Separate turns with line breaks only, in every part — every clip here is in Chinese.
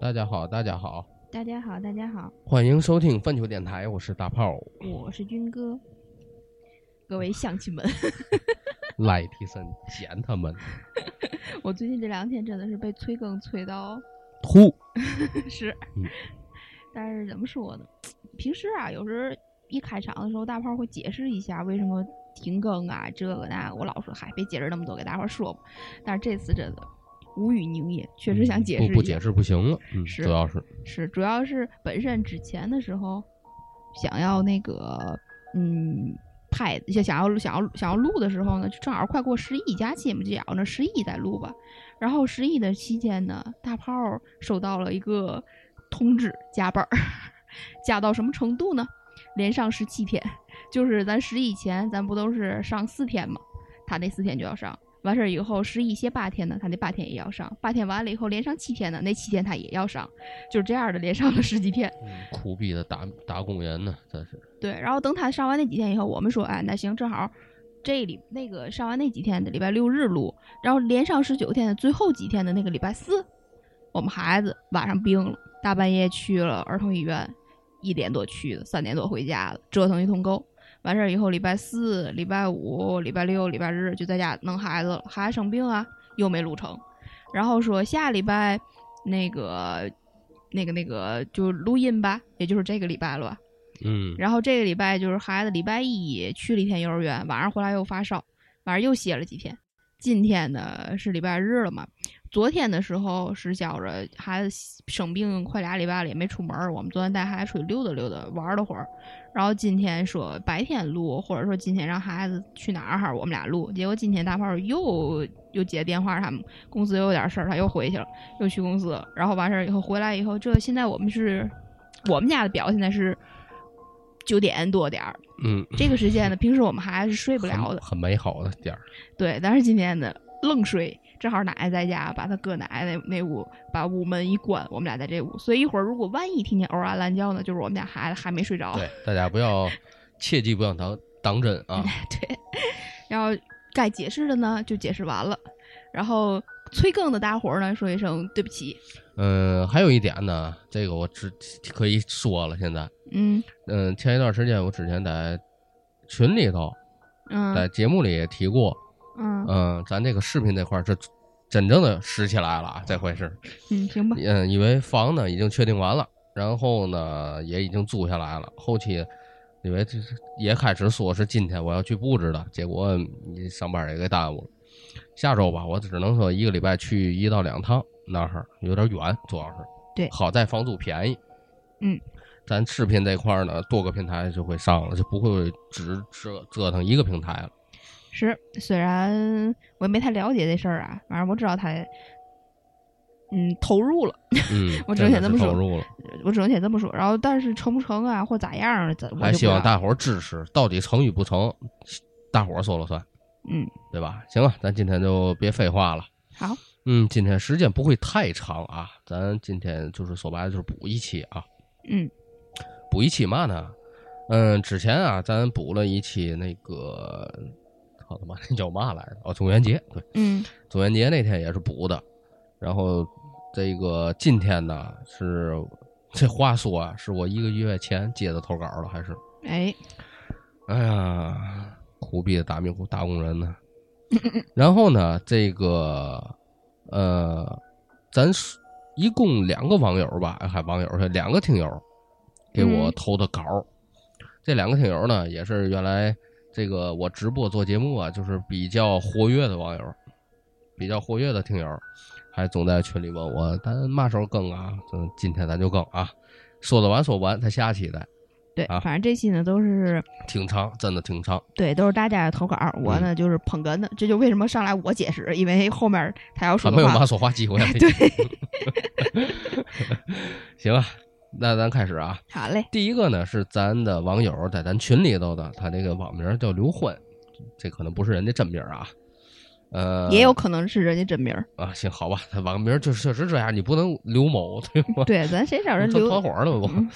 大家好，大家好，
大家好，大家好，
欢迎收听粪球电台，我是大 炮，
我是军哥。各
嗯
位乡亲们，
赖替身捡他 们
我最近这两天真的是被催更催到
吐。
是
嗯，
但是怎么说呢？平时啊，有时一开场的时候，大炮会解释一下为什么停更啊，这个那个。我老说，嗨，别解释那么多，给大伙儿说吧。但是这次真的无语凝噎，确实想解释一下。
嗯不不解释不行了，嗯，
是
主要是
是，主要是本身之前的时候，想要那个嗯拍，想想要想要想要录的时候呢，就正好快过十一假期嘛，就咬着十一再录吧。然后十一的期间呢，大炮儿收到了一个通知加班儿， 加到什么程度呢？连上十七天，就是咱十一前咱不都是上四天嘛，他那四天就要上。完事儿以后，十一歇八天呢，他那八天也要上；八天完了以后，连上七天呢，那七天他也要上。就是这样的，连上了十几天。
嗯苦逼的打打工人呢，真是
对，然后等他上完那几天以后，我们说，哎，那行，正好这里那个上完那几天的礼拜六日录，然后连上十九天的最后几天的那个礼拜四，我们孩子晚上病了，大半夜去了儿童医院，一点多去的，三点多回家的，折腾一通够。完事儿以后，礼拜四、礼拜五、礼拜六、礼拜日就在家弄孩子了，孩子生病啊，又没录成。然后说下礼拜那个、那个、那个就录音吧，也就是这个礼拜了吧。
嗯，
然后这个礼拜就是孩子礼拜一去了一天幼儿园，晚上回来又发烧，晚上又歇了几天。今天呢是礼拜日了嘛？昨天的时候是觉着孩子生病快俩礼拜了，也没出门儿。我们昨天带孩子出去溜达溜达，玩了会儿。然后今天说白天录，或者说今天让孩子去哪儿哈，我们俩录。结果今天大炮又又接电话，他们公司又有点事儿，他又回去了，又去公司了。然后完事儿以后回来以后，这现在我们是我们家的表现在是九点多点儿，
嗯，
这个时间呢，平时我们还是睡不
很
了的，
很美好的点儿，
对。但是今天呢，愣睡，正好奶奶在家，把她哥奶奶那那屋把屋门一关，我们俩在这屋，所以一会儿如果万一听见嗷啊乱叫呢，就是我们家孩子还没睡着，
对，大家不要切记不要当当真 啊，
对，然后该解释的呢就解释完了，然后催更的大伙儿呢说一声对不起，
嗯，还有一点呢，这个我只可以说了，现在，
嗯
嗯，前一段时间我之前在群里头，在
嗯
节目里也提过，
嗯
嗯，咱这个视频这块儿是真正的拾起来了啊，这回是，
嗯，行吧，
嗯，因为房呢已经确定完了，然后呢也已经租下来了，后期因为这是也开始说是今天我要去布置的，结果你上班也给耽误了。下周吧，我只能说一个礼拜去一到两趟那儿，有点远，主要是。
对
好在房租便宜。
嗯，
咱视频这块儿呢，多个平台就会上了，就不会只折折腾一个平台了。
是，虽然我也没太了解这事儿啊，反正我知道他，嗯，投入了，
嗯，
我只能
真的
先这么
是
说
投入了。
我只能先这么说。然后，但是成不成啊，或咋样啊，咱我
还
就不
希
知道
望大伙儿支持，到底成与不成，大伙儿说了算，
嗯，
对吧？行了，咱今天就别废话了。
好，
嗯，今天时间不会太长啊，咱今天就是说白了就是补一期啊，
嗯
补一期嘛呢？嗯，之前啊，咱补了一期那个，操他妈 那叫嘛来着？哦，中元节，对，
嗯
中元节那天也是补的。然后这个今天呢是。这话说啊，是我一个月前接的投稿了，还是
哎，
哎呀，苦逼的打命打工人 呢。然后呢，这个呃，咱是一共两个网友吧，哎还网友是两个听友给我
嗯
投的稿儿。这两个听友呢，也是原来这个我直播做节目啊，就是比较活跃的网友，比较活跃的听友，还总在群里问我咱嘛时候更啊？嗯，今天咱就更啊。说得完说不完，他下期再
对，
啊
反正这期呢都是
挺长，真的挺长。
对都是大家的投稿，我
嗯
呢、就是捧哏的，这就为什么上来我解释，因为后面他要说
啊，
的
没有
话，
妈说话机 会。
对，
行啊，那咱开始啊。
好嘞，
第一个呢是咱的网友在咱群里头的，他这个网名叫刘欢，这可能不是人家真名啊。呃，
也有可能是人家真名儿，
啊，行好吧，他网名就是确实这样，你不能刘某对吗？
对，咱谁 找人
成
留
团伙了我。
嗯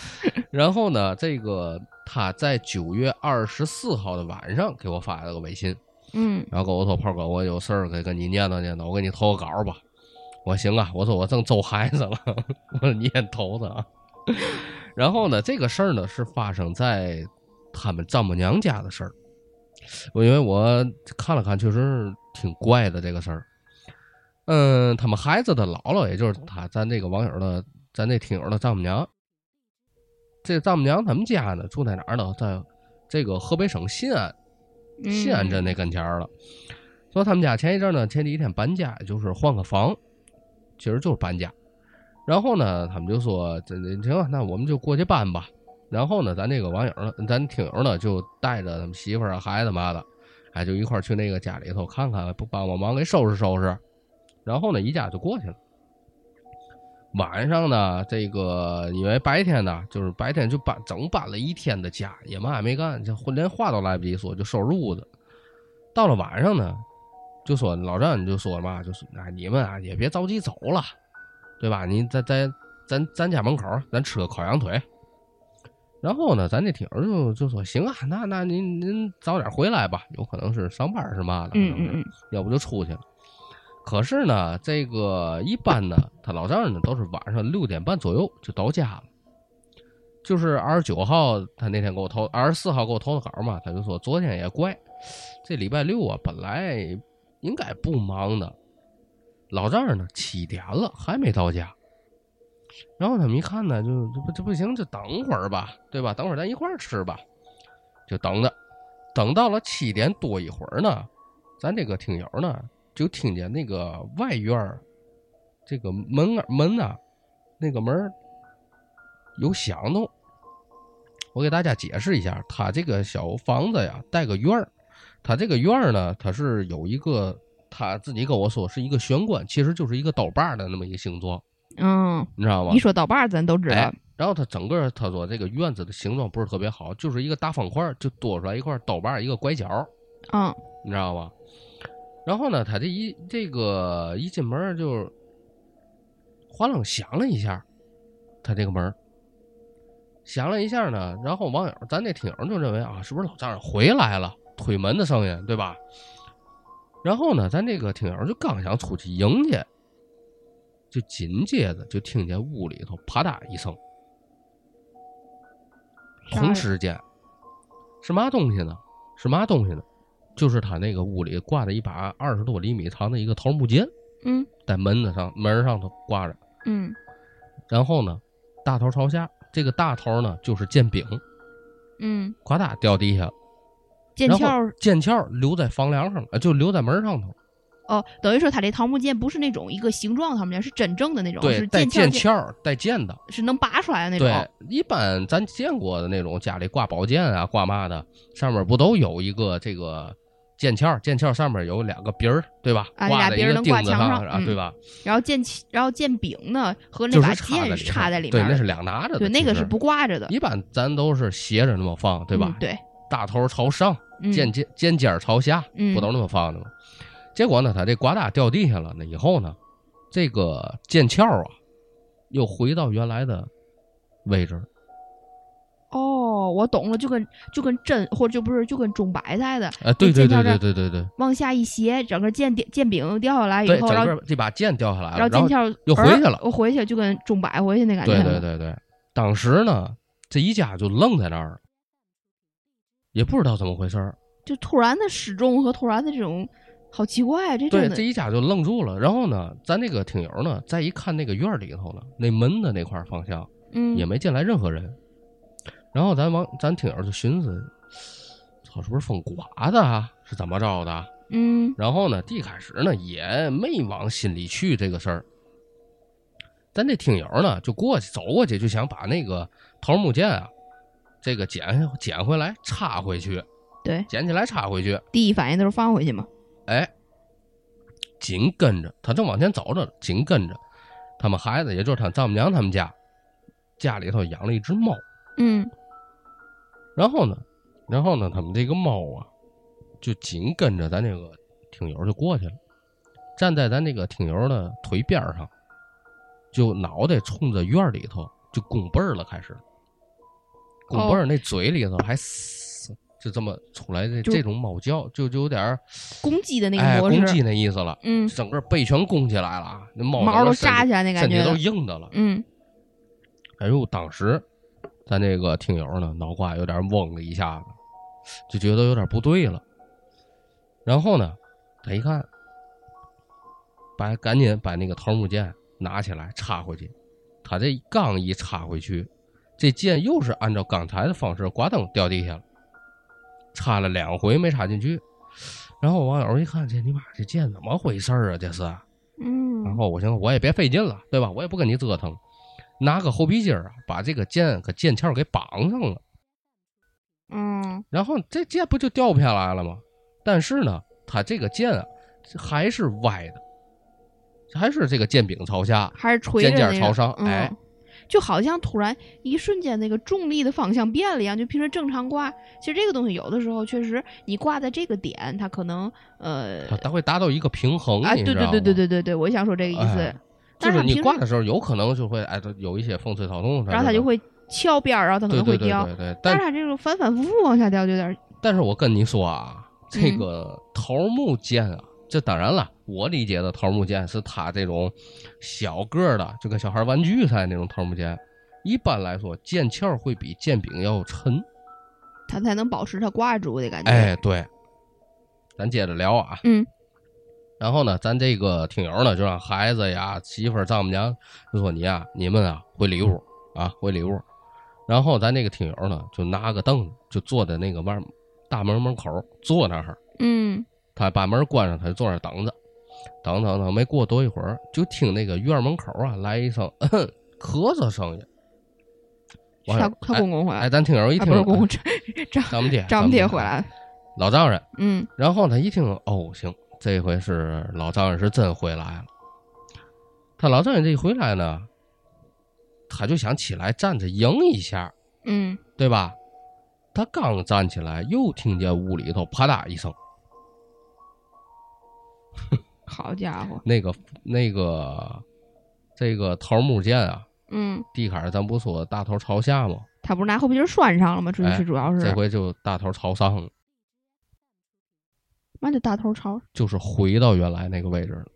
然后呢，这个他在九月二十四号的晚上给我发了个微信，
嗯
然后跟我说炮哥，我有事儿给跟你念叨念叨，我给你投个稿吧。我行啊，我说我正揍孩子了， 我说你也头子啊。然后呢，这个事儿呢是发生在他们丈母娘家的事儿。我因为我看了看，确实挺怪的这个事儿。嗯，他们孩子的姥姥，也就是他咱这个网友的咱这听友的丈母娘，这丈母娘他们家呢住在哪儿呢？在这个河北省新安
嗯
西安镇那跟前儿了。说他们家前一阵儿呢，前几天搬家，就是换个房，其实就是搬家。然后呢，他们就说：“这这行啊，那我们就过去搬吧。”然后呢，咱这个网友呢，咱听友呢，就带着他们媳妇儿啊、孩子嘛的，哎，就一块儿去那个家里头看看，不帮帮忙给收拾收拾。然后呢，一家就过去了。晚上呢，这个因为白天呢，就是白天就搬整搬了一天的家，也嘛也没干，就连话都来不及说，就收拾屋子。到了晚上呢，就说老丈人就说嘛，就是哎你们啊也别着急走了，对吧？哎你啊在在咱咱家门口，咱吃个烤羊腿。然后呢，咱这挺儿就就说行啊，那那您您早点回来吧，有可能是上班是嘛的，
嗯
可能
嗯
是
嗯，
要不就出去了。可是呢，这个一般呢，他老丈人呢都是晚上六点半左右就到家了。就是二十九号，他那天给我投二十四号给我投的稿嘛，他就说昨天也怪，这礼拜六啊本来应该不忙的，老丈人呢七点了还没到家。然后他们一看呢，就这不这不行，就等会儿吧，对吧？等会儿咱一块儿吃吧，就等着，等到了七点多一会儿呢，咱这个听友呢，就听见那个外院儿这个门啊门啊，那个门儿有响动。我给大家解释一下，他这个小房子呀，带个院儿，他这个院儿呢，它是有一个，他自己跟我说是一个玄关，其实就是一个刀把儿的那么一个形状，
嗯，
你知道吗
一？说啊刀把儿咱都知道
哎，然后它整个他说这个院子的形状不是特别好，就是一个大方块儿，就多出来一块刀把儿一个拐角儿，
嗯
你知道吧？然后呢，他这一这个一进门儿就哗楞响了一下，他这个门儿响了一下呢，然后网友咱这听友就认为啊，是不是老丈人回来了，推门的声音，对吧？然后呢，咱这个听友就刚想出去迎接，就紧接着就听见屋里头啪嗒一声，
啥
同
呀
时间是嘛东西呢？是嘛东西呢？就是他那个屋里挂着一把二十多厘米长的一个桃木剑，
嗯
在门子上门上头挂着。
嗯，
然后呢，大头朝下，这个大头呢就是剑柄，
嗯，
咵嗒掉地下了，
剑
然后
鞘儿
剑鞘留在房梁上了，呃就留在门上头。
哦，等于说它这桃木剑不是那种一个形状的桃木剑，是真正的那种，
对，
是
带剑
剑鞘儿剑，
鞘儿带剑的。
是能拔出来的那
对
种。，
一般咱见过的那种家里挂宝剑啊、挂嘛的，上面不都有一个这个剑鞘儿？剑鞘上面有两个鼻儿，对吧？
啊
挂
俩
在
鼻
一
儿
个
能
钉
挂
子
墙
上
上
啊，
嗯
对吧？
然后剑气，然后剑柄呢和那
就
把
是插
剑
在
是插在
里
里
头对，
面
那
儿
是
的，
两拿着的，
对，那
其
个
实
是不挂着的，
一般咱都是斜着那么放，对吧？
嗯对，
大头朝上，
嗯
尖尖尖尖儿朝下，
嗯
不都那么放的吗？结果呢，他这瓜大掉地下了，那以后呢，这个剑鞘啊，又回到原来的位置，
哦，我懂了，就跟就跟针或者就不是就跟中白菜的，
哎，对对
剑鞘
对对
这
对对对，
往下一斜，整个剑顶剑柄掉下来哎以
对，
后，然
整
后
个这把剑掉下来
然
了，
后
然
剑
后
鞘
又
儿
回去了
我回去就跟中白回去那感觉
对
了，
对对对，当时呢，这一家就愣在那儿了，也不知道怎么回事儿，
就突然的失重和突然的这种，好奇怪，啊这
对，
真
这
的，
一家就愣住了。然后呢，咱这个听友呢，再一看那个院儿里头呢，那门的那块儿方向
嗯，
也没进来任何人。然后咱往咱听友就寻思，操，是不是风刮的啊？是怎么着的啊？
嗯
然后呢，一开始呢也没往心里去这个事儿。咱这听友呢就过去走过去，就想把那个桃木剑啊，这个捡捡回来插回去，
对，
捡起来插回去。
第一反应都是放回去嘛，
哎，紧跟着他正往前走着呢，紧跟着他们孩子，也就是他丈母娘他们家，家里头养了一只猫。
嗯
然后呢，然后呢，他们这个猫啊，就紧跟着咱这个听友就过去了，站在咱这个听友的腿边儿上，就脑袋冲着院儿里头就拱背儿了，开始拱背儿，那嘴里头还嘶、就这么出来这
哦就
这种猫叫，就就有点儿
攻击的那
哎
个模式，
攻击那意思了，
嗯，
整个背全拱起来了，那猫
毛
整
都
个身
扎
体
起来那感
身体
觉
都
了，
硬的了。
嗯
哎呦，当时咱这个听友呢，脑瓜有点嗡了一下子，就觉得有点不对了。然后呢，他一看，把赶紧把那个桃木剑拿起来插回去。他这刚一插回去，这剑又是按照刚才的方式，呱噔掉地下了，插了两回没插进去。然后网友一看，这尼玛这剑怎么回事儿啊？这是。
嗯，
然后我寻思我也别费劲了，对吧？我也不跟你折腾，拿个猴皮筋儿啊，把这个剑和剑鞘给绑上了，
嗯
然后这剑不就掉不下来了吗？但是呢，它这个剑啊还是歪的，还是这个剑柄朝下，
还是垂着
尖
那
尖
个，
儿朝上，
嗯、
哎，。
就好像突然一瞬间那个重力的方向变了一样，就平时正常挂，其实这个东西有的时候确实你挂在这个点，它可能呃
它它会达到一个平衡，
啊，
你
对
知
对
道吗
对对，对对对，我想说这个意思，
哎就
但是
是
它平
你
时
挂的时候有可能就会哎，它有一些风吹草动，
然后它就会翘边儿，然后它可
对
能
对
会
对
掉，
对对，但
但是它这种反反复复往下掉就有点儿，
但是我跟你说啊，这
嗯
个桃木剑啊，这当然了，我理解的桃木剑是它这种小个儿的，就跟小孩玩具似的那种桃木剑。一般来说，剑鞘会比剑柄要沉。
它才能保持它挂住的感觉。
哎，对，咱接着聊啊。
嗯
然后呢，咱这个听友呢，就让孩子呀、媳妇儿、丈母娘，就说你呀、你们啊，回里屋啊，回里屋。然后咱这个听友呢，就拿个凳子，就坐在那个外大门门口坐那儿，
嗯
他把门关上，他就坐那儿等着，等等等，没过多一会儿，就听那个院门口啊来一声咳嗽咳嗽声音。网
他
友
他公公回来，
哎，咱听友一
啊
听，
不是公公张
丈 母姐，
张不贴
爹
回来，了，
老丈人。
嗯
然后他一听，哦，行，这回是老丈人是真回来了。他老丈人这一回来呢，他就想起来站着迎一下，
嗯
对吧？他刚站起来，又听见屋里头啪嗒一声。
好家伙，
那个那个这个桃木剑啊，
嗯，
地坎儿咱不说大头朝下吗？
他不是拿后皮筋儿拴上了吗？主
哎
最主要
这
是，
回就大头朝上了，
妈就大头朝，
就是回到原来那个位置了，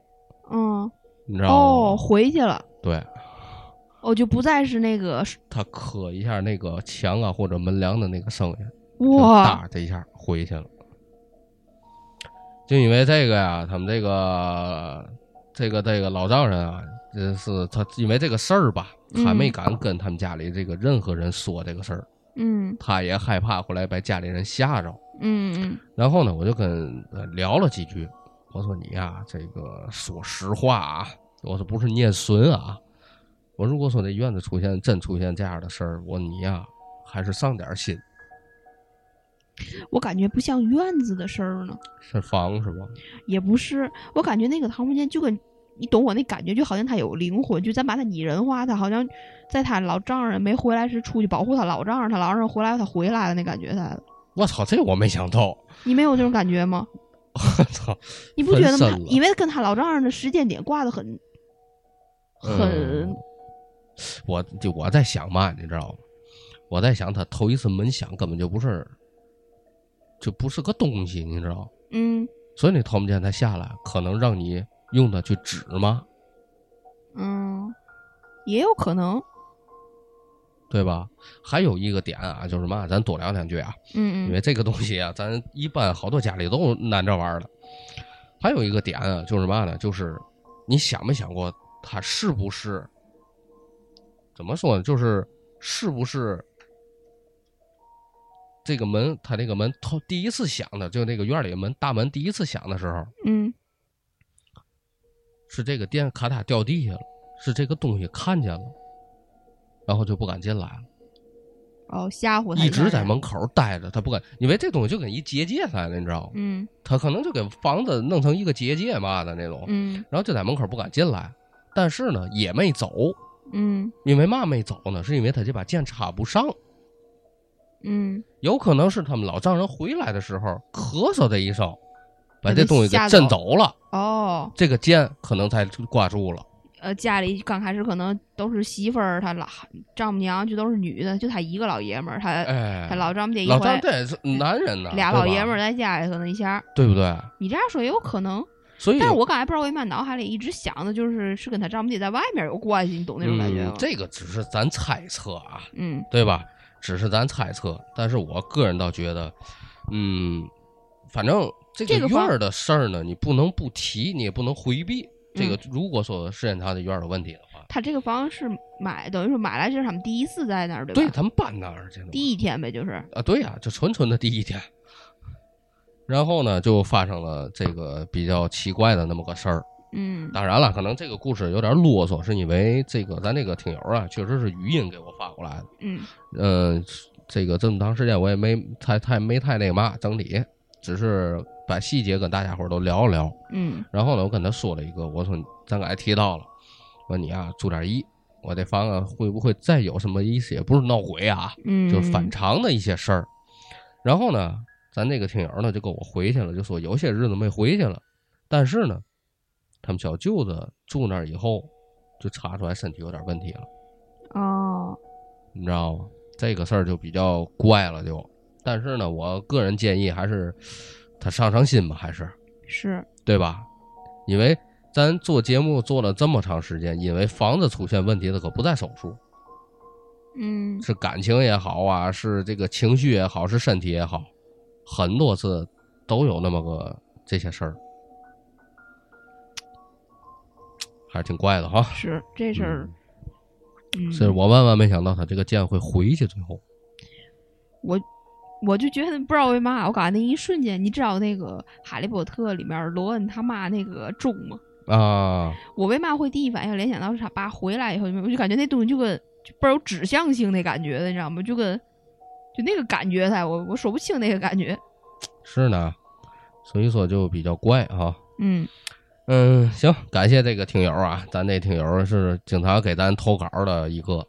嗯
你知道吗？
哦，回去了。
对
哦，就不再是那个
他磕一下那个墙啊或者门梁的那个声音，就
哇，
哒这一下回去了。就因为这个呀，他们这个这个这个老丈人啊，这是他因为这个事儿吧，他没
嗯
敢跟他们家里这个任何人说这个事儿，
嗯
他也害怕后来把家里人吓着。
嗯嗯
然后呢，我就跟呃聊了几句，我说你呀、这个说实话啊，我说不是念损啊，我如果说这院子出现真出现这样的事儿，我说你呀、还是上点心，
我感觉不像院子的事儿呢，
是房是吧？
也不是，我感觉那个桃木剑就跟你懂我那感觉，就好像它有灵魂，就咱把它拟人化，它好像在他老丈人没回来时出去保护他老丈人，他老丈人回来他回来了那感觉他，
我操，这我没想到，
你没有这种感觉吗？
我操，
你不觉得
分
吗
散？了
因为跟他老丈人的时间点挂的很很
嗯我就我在想嘛，你知道吗？我在想他头一次门响根本就不是，就不是个东西，你知道吗？
嗯
所以那桃木剑它下来，可能让你用它去指嘛，
嗯，也有可能，
对吧？还有一个点啊，就是嘛，咱多聊两句啊，因
嗯
为这个东西啊，咱一般好多家里都难这玩意儿的。还有一个点啊，就是嘛呢，就是你想没想过，它是不是怎么说呢？就是是不是这个门，它这个门头第一次响的，就那个院里的门大门第一次响的时候，
嗯
是这个电卡塔掉地下了，是这个东西看见了，然后就不敢进来了。
嗯，哦，吓唬他
一
下
直在
来，
门口待着，他不敢，因为这东西就跟一结界似的，你知道吗？
嗯
他可能就给房子弄成一个结界嘛的那种，
嗯
然后就在门口不敢进来，但是呢也没走，
嗯
因为嘛没走呢？是因为他这把剑插不上，
嗯，
有可能是他们老丈人回来的时候咳嗽的一声，把
把
这
他
东西给
吓
震
走
走了，
哦，
这个剑可能才挂住了。
呃，家里刚开始可能都是媳妇儿，她老丈母娘就都是女的，就他一个老爷们儿，他、
哎
呃他，老丈母爹一
老张
回，
这也是男人呐，
俩
对
老
吧
爷们儿在家里可能一下儿。
对不对？
你这样说也有可能，
所以
但是我刚才不知道为嘛脑海里一直想的就是是跟他丈母爹在外面有关系，你懂那种感觉啊吗
嗯，？这个只是咱猜测啊，
嗯
对吧？只是咱猜测，但是我个人倒觉得，嗯，反正这
这
个
个
院
方
儿的事儿呢，你不能不提，你也不能回避。这个
嗯
如果说是验他的院儿有问题的话，
他这个房是买，等于说买来就是他们第一次在那儿，对吧？
对他们搬那儿去了嘛，
第一天呗，就是
啊，对呀、就纯纯的第一天。然后呢，就发生了这个比较奇怪的那么个事儿。
嗯
当然了，可能这个故事有点啰嗦，是因为这个咱这个听友啊，确实是语音给我发过来的。
嗯
嗯，这个这么长时间我也没太太没太那个嘛整理，只是把细节跟大家伙儿都聊一聊。
嗯
然后呢，我跟他说了一个，我说咱刚才提到了，我说你啊注点意，我这房子会不会再有什么一些不是闹鬼啊，
嗯，
就是反常的一些事儿。然后呢，咱这个听友呢就跟我回去了，就说有些日子没回去了，但是呢，他们小舅子住那儿以后就查出来身体有点问题了。
哦，
你知道吗？这个事儿就比较怪了，就。但是呢，我个人建议还是他上上心吧，还是
是
对吧？因为咱做节目做了这么长时间，因为房子出现问题的可不在少数，
嗯
是感情也好啊，是这个情绪也好，是身体也好，很多次都有那么个这些事儿，还是挺怪的哈。
是这事儿，嗯，
是我万万没想到他这个剑会回去，最后
我我就觉得不知道为嘛，我感觉那一瞬间，你知道那个《哈利波特》里面罗恩他妈那个钟吗？
啊，
我为嘛会第一反应联想到是他爸回来以后，我就感觉那东西就跟就倍儿有指向性那感觉的，你知道吗？就跟就那个感觉噻，我我说不清那个感觉。
是呢，所以说就比较怪啊。
嗯
嗯，行，感谢这个听友啊，咱这听友是经常给咱投稿的一个，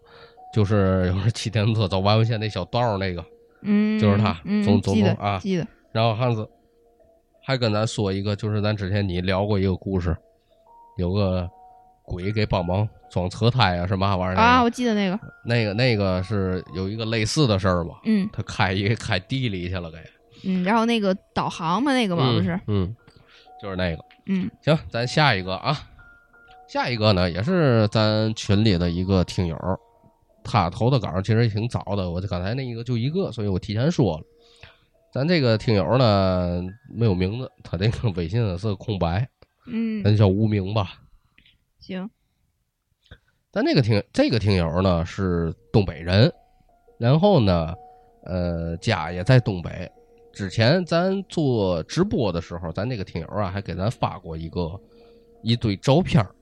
就是 有时候骑电动车走弯弯线那小道儿那个，
嗯，
就是他
嗯、
总总
记得
统啊
记得，
然后汉子还跟咱说一个，就是咱之前你聊过一个故事，有个鬼给帮忙装车胎啊，是嘛玩意儿、
啊，我记得那个，
那个那个是有一个类似的事儿吧？
嗯
他开一开地里去了，给
嗯，然后那个导航嘛，那个嘛不是，
嗯，嗯就是那个。
嗯
行，咱下一个啊，下一个呢也是咱群里的一个听友，他投的稿其实也挺早的，我就刚才那一个就一个，所以我提前说了。咱这个听友呢没有名字，他这个微信啊是个空白，
嗯
咱叫无名吧。
行，
咱这个听这个听友呢是东北人，然后呢，呃，家也在东北。之前咱做直播的时候，咱这个听友啊还给咱发过一个一堆照片儿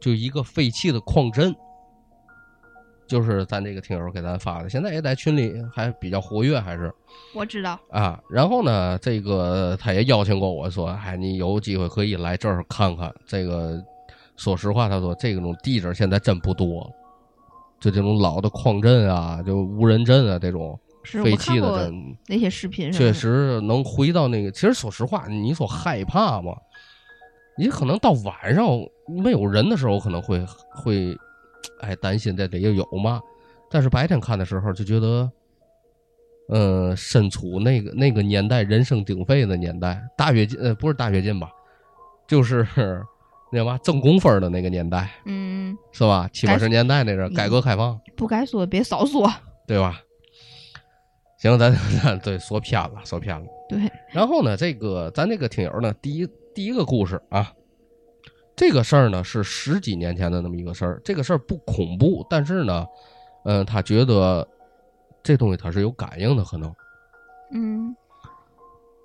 就一个废弃的矿镇，就是咱这个听友给咱发的，现在也在群里还比较活跃，还是
我知道，
啊。然后呢，这个他也邀请过我说，哎，你有机会可以来这儿看看。这个说实话，他说这种地址现在真不多了，就这种老的矿镇啊，就无人镇啊这种
是
废
我看
弃的
过
镇，
那些视频什
确
么的，
实能回到那个。其实说实话，你说害怕吗？你可能到晚上没有人的时候，可能会会，哎，担心这里又有嘛。但是白天看的时候，就觉得，呃，身处那个那个年代人声鼎沸的年代，大跃进呃不是大跃进吧，就是那嘛挣工分儿的那个年代
嗯，
是吧？七八
改
十年代那阵儿
嗯
改革开放，
不该说别少说，
对吧？行，咱咱对说偏了，说偏了。
对，
然后呢，这个咱这个听友呢，第一第一个故事啊，这个事儿呢是十几年前的那么一个事儿。这个事儿不恐怖，但是呢，嗯、他觉得这东西他是有感应的，可能
嗯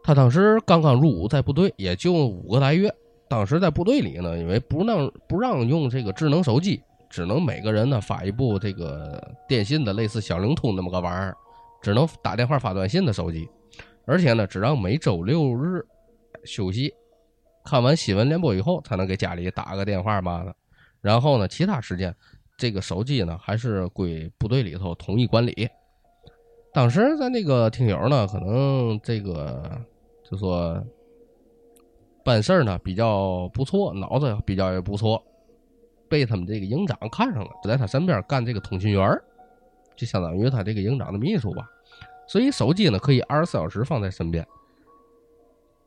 他当时刚刚入伍，在部队也就五个来月。当时在部队里呢，因为不让不让用这个智能手机，只能每个人呢发一部这个电信的类似小灵通那么个玩意儿，只能打电话发短信的手机，而且呢，只让每周六日休息，看完新闻联播以后才能给家里打个电话嘛的。然后呢，其他时间这个手机呢还是归部队里头统一管理。当时咱那个听友呢，可能这个就说办事儿呢比较不错，脑子比较也不错，被他们这个营长看上了，就在他身边干这个通讯员儿就相当于他这个营长的秘书吧。所以手机呢可以二十四小时放在身边。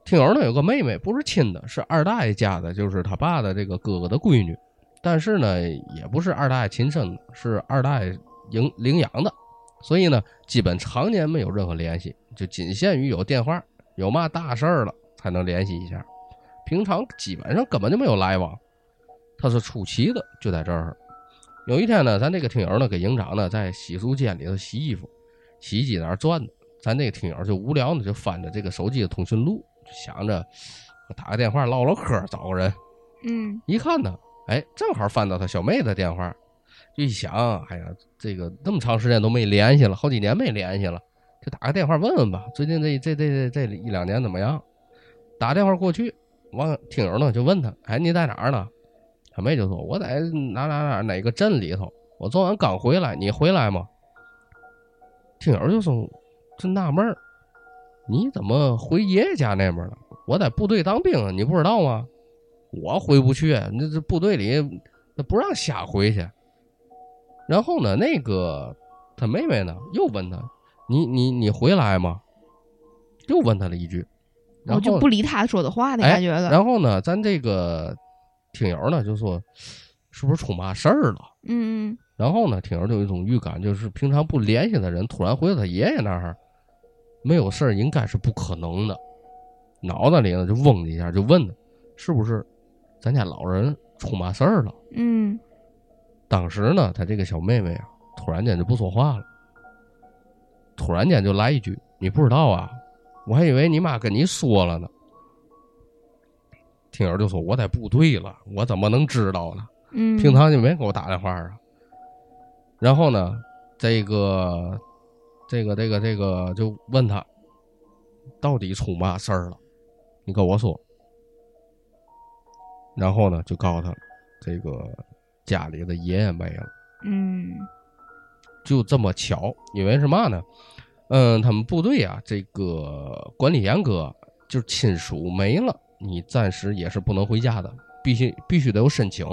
听友呢有个妹妹，不是亲的，是二大爷家的，就是他爸的这个哥哥的闺女，但是呢也不是二大爷亲生的，是二大爷领领养的，所以呢基本常年没有任何联系，就仅限于有电话，有嘛大事儿了才能联系一下，平常基本上根本就没有来往。他是出奇的，就在这儿。有一天呢，咱这个听友呢给营长呢在洗漱间里头洗衣服，洗衣机在那儿转呢。咱这个听友就无聊呢，就翻着这个手机的通讯录，就想着我打个电话唠唠嗑儿，找个人。
嗯
一看呢，哎，正好翻到他小妹的电话，就一想，哎呀，这个那么长时间都没联系了，好几年没联系了，就打个电话问问吧，最近这这这这这一两年怎么样？打电话过去，完听友呢就问他，哎，你在哪儿呢？小妹就说，我在哪哪哪哪个镇里头，我昨晚刚回来，你回来吗？听友就说，真纳闷儿，你怎么回爷爷家那边了？我在部队当兵啊，你不知道吗？我回不去，那这部队里那不让瞎回去。然后呢，那个他妹妹呢又问他：“你你你回来吗？”又问他了一句，然后
我哦就不理他说的话那
哎
感觉了。
然后呢，咱这个听友呢就说：“是不是出嘛事儿了
嗯，嗯？”
然后呢，听友就有一种预感，就是平常不联系的人突然回到他爷爷那儿，没有事儿应该是不可能的。脑子里呢就嗡的一下，就问他：“是不是咱家老人出嘛事儿了？”
嗯，
当时呢，他这个小妹妹啊，突然间就不说话了，突然间就来一句：“你不知道啊，我还以为你妈跟你说了呢。”听友就说：“我在部队了，我怎么能知道呢？
嗯，
平常就没给我打电话啊。”然后呢，这个这个这个这个就问他，到底出嘛事儿了？你跟我说。然后呢，就告诉他，这个家里的爷爷没了。
嗯
就这么巧，因为是嘛呢？嗯，他们部队啊，这个管理严格，就是亲属没了，你暂时也是不能回家的，必须必须得有申请，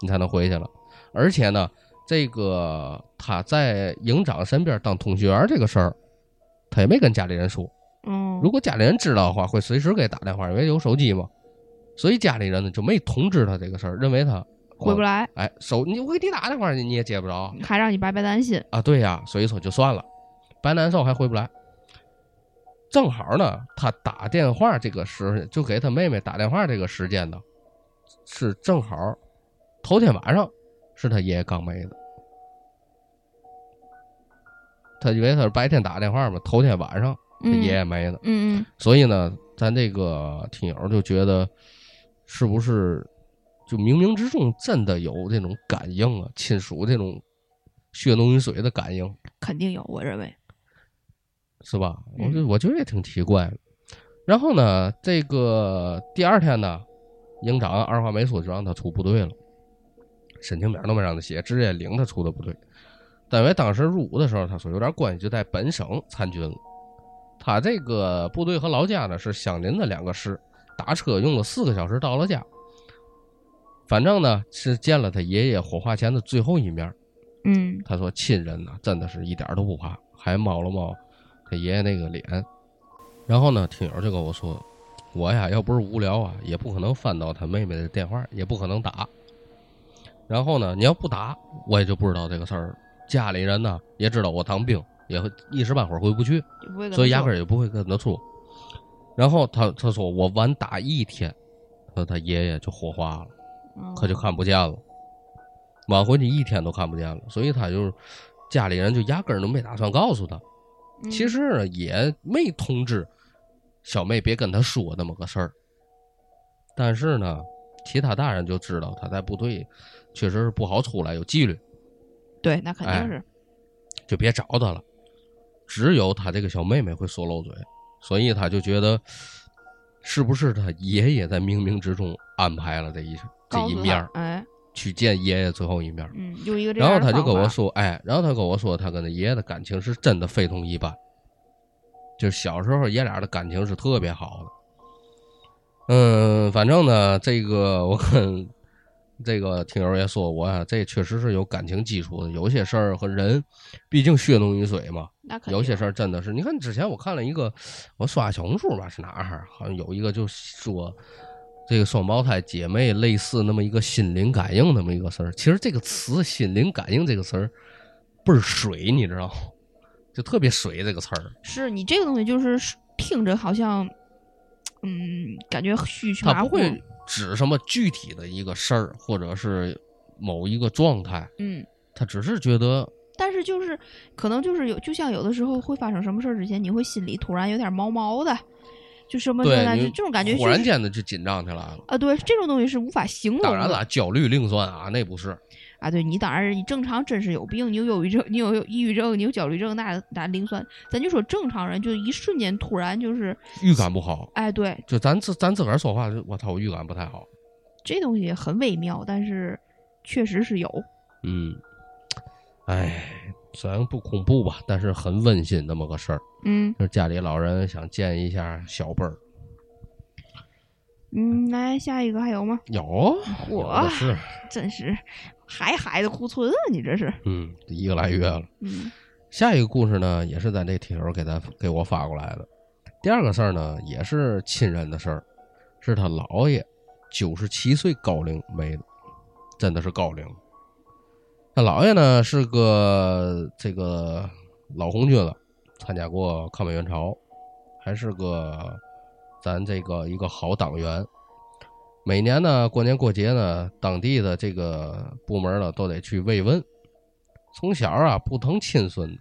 你才能回去了。而且呢，这个他在营长身边当通讯员这个事儿，他也没跟家里人说。
哦，
如果家里人知道的话，会随时给打电话，因为哎有手机嘛。所以家里人呢就没通知他这个事儿，认为他
回不
来。
来，
哎，手你我给你打电话，你你也接不着。
还让你白白担心。
啊，对呀、所以说就算了，白难受还回不来。正好呢，他打电话这个时，就给他妹妹打电话这个时间呢，是正好头天晚上是他爷爷刚没的。他以为他是白天打电话嘛，头天晚上他
嗯
爷爷没的，
嗯嗯
所以呢，咱这个听友就觉得是不是就冥冥之中真的有这种感应啊，亲属这种血浓于水的感应。
肯定有，我认为。
是吧？
嗯
我就我觉得也挺奇怪的。然后呢，这个第二天呢，营长二话没说就让他出部队了，申请表都没让他写，直接领他出的部队。但因为当时入伍的时候，他说有点关系，就在本省参军了。他这个部队和老家呢是相邻的两个市，打车用了四个小时到了家。反正呢是见了他爷爷火化前的最后一面，
嗯
他说亲人呐、真的是一点儿都不怕，还猫了猫他爷爷那个脸。然后呢，听友就跟我说，我呀要不是无聊啊，也不可能翻到他妹妹的电话，也不可能打。然后呢，你要不打，我也就不知道这个事儿了。家里人呢也知道我当兵，也会一时半会儿回不去，
就不会跟他
所以压
说
根儿也不会跟他说。然后他他说我晚打一天，他说他爷爷就火化了。
嗯
他就看不见了，晚回去一天都看不见了，所以他就是家里人就压根儿都没打算告诉他，
嗯
其实呢也没通知小妹别跟他说那么个事儿，但是呢，其他大人就知道他在部队确实是不好出来，有纪律，
对，那肯
哎
定是。
就别找他了。只有他这个小妹妹会说漏嘴，所以他就觉得是不是他爷爷在冥冥之中安排了这一这
告
一
诉
面
他
儿
哎，
去见爷爷最后一面儿。
嗯，用一个这
然后
样的
他就
方
跟我
法，
说，哎，然后他跟我说，他跟他爷爷的感情是真的非同一般，就是小时候爷俩的感情是特别好的。嗯，反正呢，这个我跟这个听友也说过啊，这确实是有感情基础的，有些事儿和人，毕竟血浓于水嘛。
那肯定啊
有些事儿真的是，你看之前我看了一个，我刷小红书吧，是哪儿？好像有一个就说这个双胞胎姐妹类似那么一个心灵感应那么一个事儿。其实这个词“心灵感应”这个词儿倍儿水，你知道吗？就特别水这个词儿，
是你这个东西就是听着好像，嗯，感觉虚虚
它
麻
不
糊，
会指什么具体的一个事儿，或者是某一个状态，
嗯。
他只是觉得
但是就是可能就是有，就像有的时候会发生什么事儿之前，你会心里突然有点毛毛的，就什么什
对
么的，
你
就这种感觉、就是，
忽然间的就紧张起来了。
啊，对，这种东西是无法形容的。
当然了，焦虑另算啊，那不是。
啊，对你当然你正常真是有病，你有忧郁症，你有抑郁症，你有焦虑症，那那零算。咱就说正常人，就一瞬间突然就是，
预感不好，
哎，对，
就咱自咱自个儿说话，就我操，我预感不太好。
这东西很微妙，但是确实是有。
嗯，哎，虽然不恐怖吧，但是很温馨那么个事儿。
嗯
就是家里老人想见一下小辈儿，
嗯，来下一个还有吗？
有啊有
我
的是，
真是孩孩子库存啊，你这是。
嗯，一个来月了。
嗯
下一个故事呢，也是咱这听友给咱给我发过来的。第二个事儿呢，也是亲人的事儿，是他姥爷九十七岁高龄没了，真的是高龄了。他姥爷呢是个这个老红军了，参加过抗美援朝，还是个咱这个一个好党员。每年呢，过年过节呢，当地的这个部门呢都得去慰问。从小啊不疼亲孙子，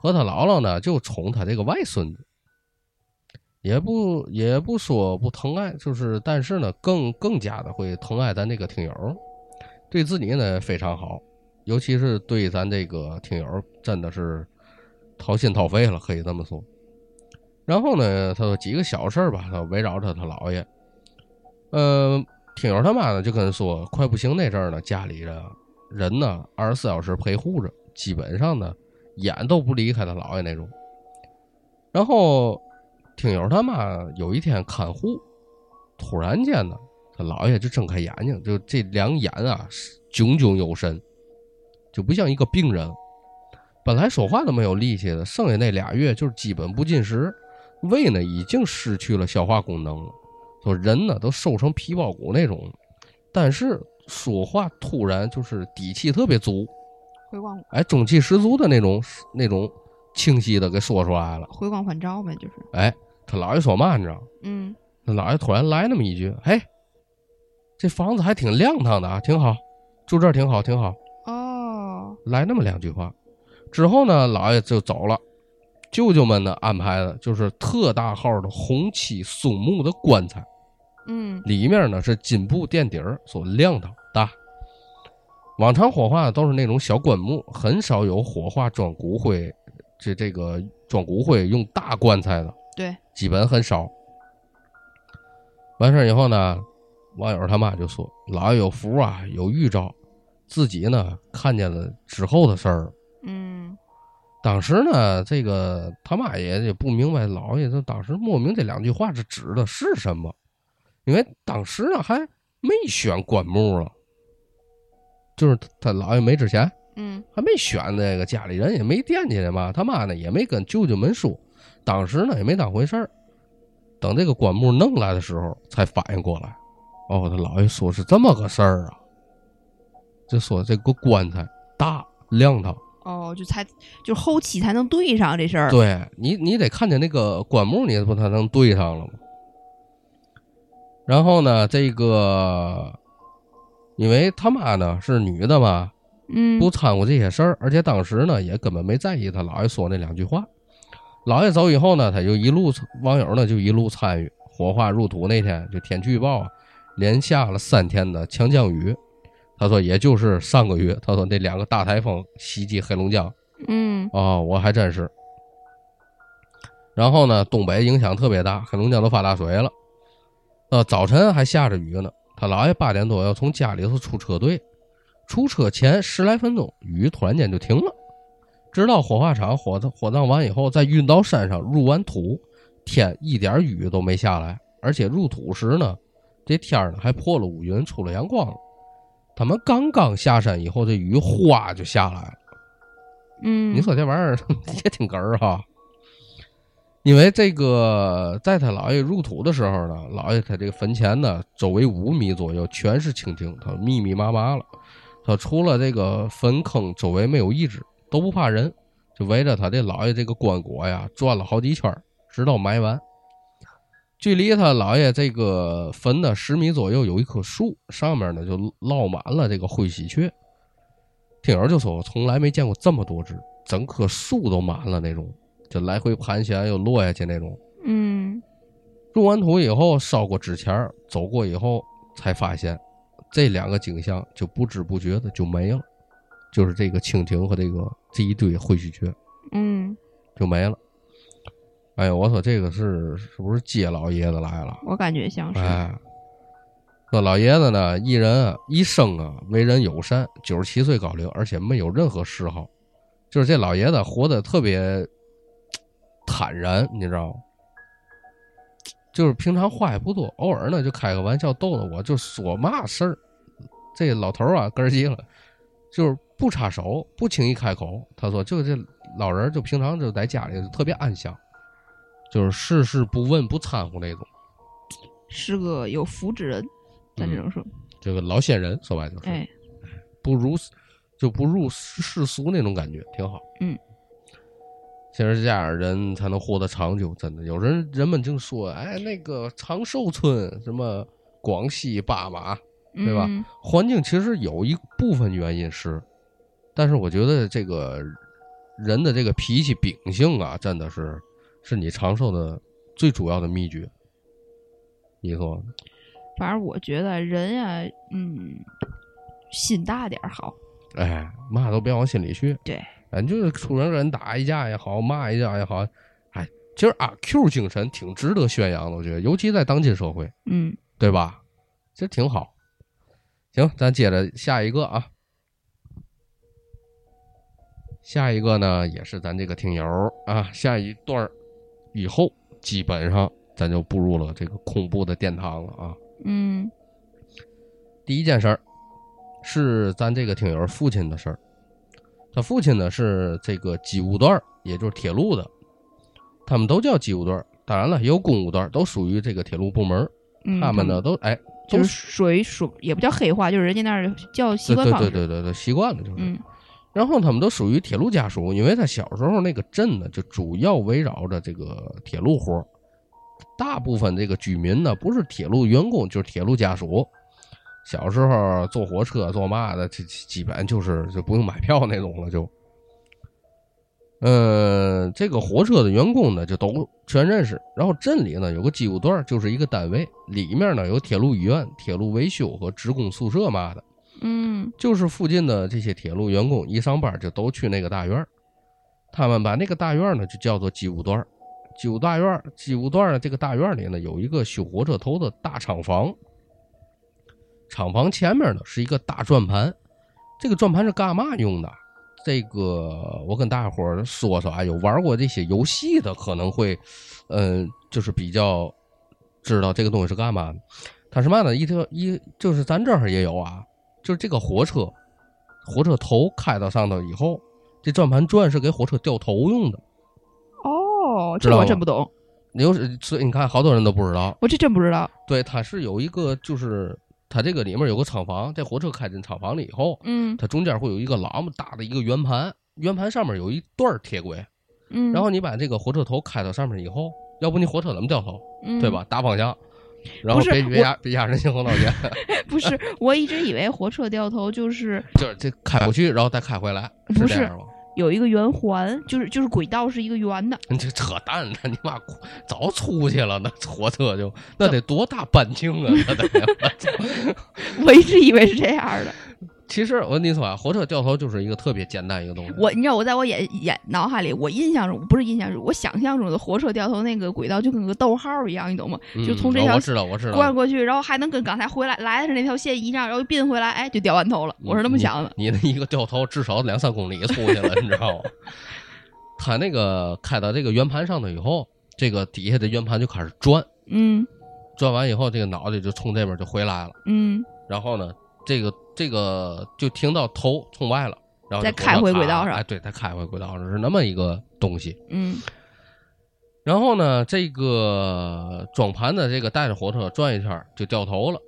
和他姥姥呢就宠他这个外孙子，也不也不说不疼爱，就是但是呢更更加的会疼爱咱这个听友，对自己呢非常好，尤其是对咱这个听友真的是掏心掏肺了，可以这么说。然后呢，他说几个小事儿吧，他围绕着他姥爷，呃，听友他妈呢就跟他说，快不行那阵儿呢，家里人啊人呢二十四小时陪护着，基本上呢眼都不离开他姥爷那种。然后听友他妈有一天看护，突然间呢，他姥爷就睁开眼睛，就这两眼啊是炯炯有神，就不像一个病人。本来说话都没有力气的，剩下那俩月就是基本不进食，胃呢已经失去了消化功能了，说人呢都瘦成皮包骨那种了。但是说话突然就是底气特别足，
回光
哎，中气十足的那种那种清晰的给说出来了。
回光返照呗，就是。
哎，他姥爷说嘛，你知道吗？
嗯
他姥爷突然来那么一句：“哎，这房子还挺亮堂的啊，挺好，住这儿挺好，挺好。”
哦，
来那么两句话。之后呢，老爷就走了。舅舅们呢安排的就是特大号的红漆松木的棺材，
嗯
里面呢是金布垫底儿，所亮堂大。往常火化都是那种小棺木，很少有火化装骨灰，这这个装骨灰用大棺材的，
对，
基本很少。完事儿以后呢，网友他妈就说：“老爷有福啊，有预兆，自己呢看见了之后的事儿，
嗯
当时呢，这个他妈也也不明白，老爷就当时莫名这两句话是指的是什么，因为当时呢还没选棺木了，就是他他姥爷没之前
嗯
还没选那个，家里人也没惦记着嘛，他妈呢也没跟舅舅们说，当时呢也没当回事儿。等这个棺木弄来的时候，才反应过来，哦，他姥爷说是这么个事儿啊，就说这个棺材大亮堂。
哦，就才就后期才能对上这事儿。
对你，你得看见那个棺木，你不才能对上了吗？然后呢，这个因为他妈呢是女的嘛，
嗯
不掺和这些事儿，而且当时呢也根本没在意他姥爷说那两句话。姥爷走以后呢，他就一路网友呢就一路参与火化入土那天，就天气预报啊，连下了三天的强降雨。他说，也就是上个月，他说那两个大台风袭击黑龙江，
嗯
哦，我还真是。然后呢，东北影响特别大，黑龙江都发大水了。呃，早晨还下着雨呢。他姥爷八点多要从家里头出车队，出车前十来分钟，雨突然间就停了。直到火化场火葬火葬完以后，再运到山上入完土，天一点雨都没下来，而且入土时呢，这天儿呢还破了乌云，出了阳光了。他们刚刚下山以后，这雨哗就下来了。
嗯，
你说这玩意儿 也挺哏儿哈。因为这个，在他姥爷入土的时候呢，姥爷他这个坟前呢，周围五米左右全是青青，他密密麻麻了。他除了这个坟坑周围没有一只，都不怕人，就围着他这姥爷这个棺椁呀转了好几圈儿，直到埋完。距离他姥爷这个坟的十米左右有一棵树，上面呢就落满了这个灰喜鹊。听友就说，我从来没见过这么多只，整棵树都满了那种，就来回盘旋又落下去那种。
嗯
入完土以后，烧过纸钱儿，走过以后，才发现这两个景象就不知不觉的就没了，就是这个蜻蜓和这个这一堆灰喜鹊
嗯，
就没了。哎呀，我说这个是是不是接老爷子来了？
我感觉像是，
哎，那老爷子呢，一人啊一生啊为人友善，九十七岁高龄，而且没有任何嗜好，就是这老爷子活得特别嘖坦然，你知道吗？就是平常话也不多，偶尔呢就开个玩笑逗逗我，就说嘛事儿。这老头儿啊，根儿急了，就是不插手，不轻易开口。他说，就这老人儿就平常就在家里就特别安详，就是事事不问不掺和那种。
是个有福之人，咱只能说，
这个老仙人，说白就是、
哎，
不如就不入世俗那种感觉，挺好。
嗯，
其实这样啊人才能活得长久，真的。有人人们净说，哎，那个长寿村什么广西巴马，对吧
嗯
环境其实有一部分原因是，但是我觉得这个人的这个脾气秉性啊，真的是是你长寿的最主要的秘诀。你说呢？
反正我觉得人呀、嗯，心大点儿好。
哎，嘛都别往心里去。
对，
咱就是出人跟人打一架也好，骂一架也好，哎，其实阿 Q 精神挺值得宣扬的，我觉得，尤其在当今社会，
嗯，
对吧？其实挺好。行，咱接着下一个啊。下一个呢，也是咱这个听友啊，下一段儿以后，基本上咱就步入了这个恐怖的殿堂了啊。
嗯
第一件事儿是咱这个听友父亲的事儿，他父亲呢是这个机务段儿，也就是铁路的，他们都叫机务段儿，当然了，也有公务段儿，都属于这个铁路部门儿。
嗯，
他们呢都哎，都
就是属于属也不叫黑化，就是人家那儿叫习
对
惯
对
方式。
对对对对，习惯了就是。
嗯
然后他们都属于铁路家属，因为他小时候那个镇呢，就主要围绕着这个铁路活儿大部分这个居民呢，不是铁路员工就是铁路家属。小时候坐火车坐嘛的，这基基本就是就不用买票那种了，就。呃，这个火车的员工呢，就都全认识。然后镇里呢有个机务段儿，就是一个单位，里面呢有铁路医院、铁路维修和职工宿舍嘛的。
嗯
就是附近的这些铁路员工一上班就都去那个大院儿他们把那个大院儿呢就叫做机务段儿机务大院儿机务段儿这个大院儿里呢有一个修火车头的大厂房，厂房前面呢是一个大转盘，这个转盘是干嘛用的？这个我跟大伙儿说说啊，有玩过这些游戏的可能会，嗯、就是比较知道这个东西是干嘛的。它是嘛呢？一条一就是咱这儿也有啊，就是这个火车，火车头开到上头以后，这转盘转是给火车掉头用的。
哦，
知
这
道
我
吗
真不懂，
你有所以你看，好多人都不知道，
我这真不知道。
对，它是有一个就是它这个里面有个厂房，这火车开进厂房了以后，
嗯
它中间会有一个老么大的一个圆盘，圆盘上面有一段儿铁轨，
嗯，
然后你把这个火车头开到上面以后，要不你火车怎么掉头，
嗯
对吧？？打方向，然后
不是
别别
我
压别压人行横道线，
不是，我一直以为火车掉头就是
就是这开过去，然后再开回来，
不
这
是
样吗？
有一个圆环，就是就是轨道是一个圆的。
你这扯淡呢！你妈早出去了，那 火车就那得多大半径啊！那得， 我操
我一直以为是这样的。
其实我跟你说啊，火车掉头就是一个特别简单一个东西。
我你知道我在我眼眼脑海里，我印象中不是印象中，我想象中的火车掉头那个轨道就跟个逗号一样，你懂吗？
嗯
就从这
哦
条
我知道，我知道，
灌过去，然后还能跟刚才回来来的时候那条线一样，然后并回来，哎，就掉完头了。我是那么想的。
嗯你那一个掉头至少两三公里出去了，你知道吗？它那个开到这个圆盘上头以后，这个底下的圆盘就开始转，
嗯
转完以后，这个脑袋就冲这边就回来了。
嗯
然后呢，这个这个就听到头冲外了，然后
再
这
开回轨道
咔
上
哎，对，再开回轨道上是那么一个东西。
嗯
然后呢，这个转盘的这个带着火车转一圈儿就掉头了。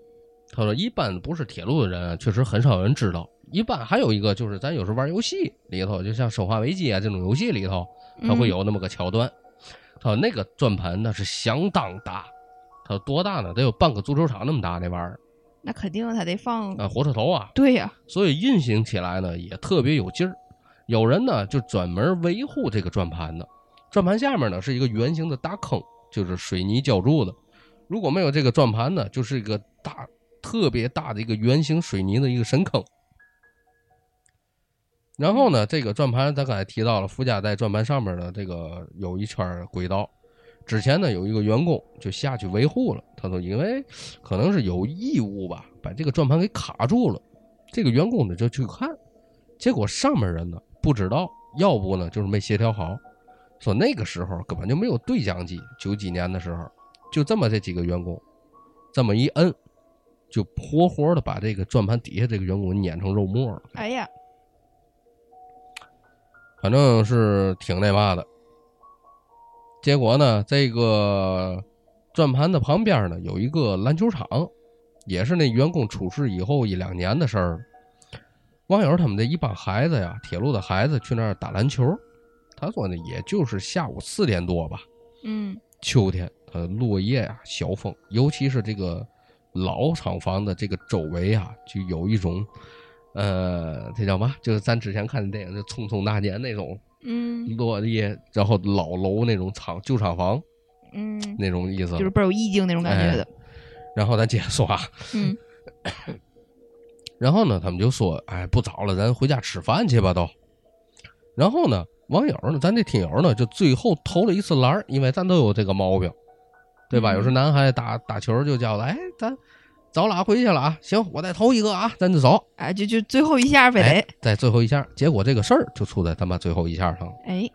他说，一般不是铁路的人，啊确实很少有人知道。一般还有一个就是，咱有时候玩游戏里头，就像《生化危机》啊这种游戏里头，它会
嗯
有那么个桥段。他说那个转盘那是相当大，他说多大呢？得有半个足球场那么大那玩意儿
嗯那肯定他得放，
啊，火车头啊，
对呀、
所以运行起来呢也特别有劲儿。有人呢就专门维护这个转盘的，转盘下面呢是一个圆形的大坑，就是水泥浇筑的。如果没有这个转盘呢，就是一个大特别大的一个圆形水泥的一个深坑。然后呢，这个转盘咱刚才提到了，副驾在转盘上面的这个有一圈儿轨道。之前呢，有一个员工就下去维护了，他说因为可能是有异物吧，把这个转盘给卡住了。这个员工呢就去看，结果上面人呢不知道，要不呢就是没协调好，说那个时候根本就没有对讲机，九几年的时候，就这么这几个员工，这么一摁，就活活的把这个转盘底下这个员工碾成肉沫了，
哎呀，
反正是挺那嘛的。结果呢，这个转盘的旁边呢有一个篮球场，也是那员工出事以后一两年的事儿了。网友他们这一帮孩子呀，铁路的孩子去那儿打篮球，他说呢，也就是下午四点多吧，
嗯
秋天它落叶啊、小风，尤其是这个老厂房的这个周围啊，就有一种，呃，这叫嘛？就是咱之前看的电影，就《匆匆那年》那种
嗯
落叶，然后老楼那种厂旧厂房
嗯，
那种意思。
就是倍儿有意境那种感
哎
觉的，
然后咱接着说啊，
嗯
然后呢，他们就说：“哎，不早了，咱回家吃饭去吧，都。”然后呢，网友呢，咱这听友呢，就最后投了一次篮儿，因为咱都有这个毛病，对吧？
嗯
有时候男孩打打球就叫了：“哎，咱走了啊，回去了啊，行，我再投一个啊，咱就走。
哎，就就最后一下”非
哎
得，
在最后一下，结果这个事儿就出在他妈最后一下上了。
哎，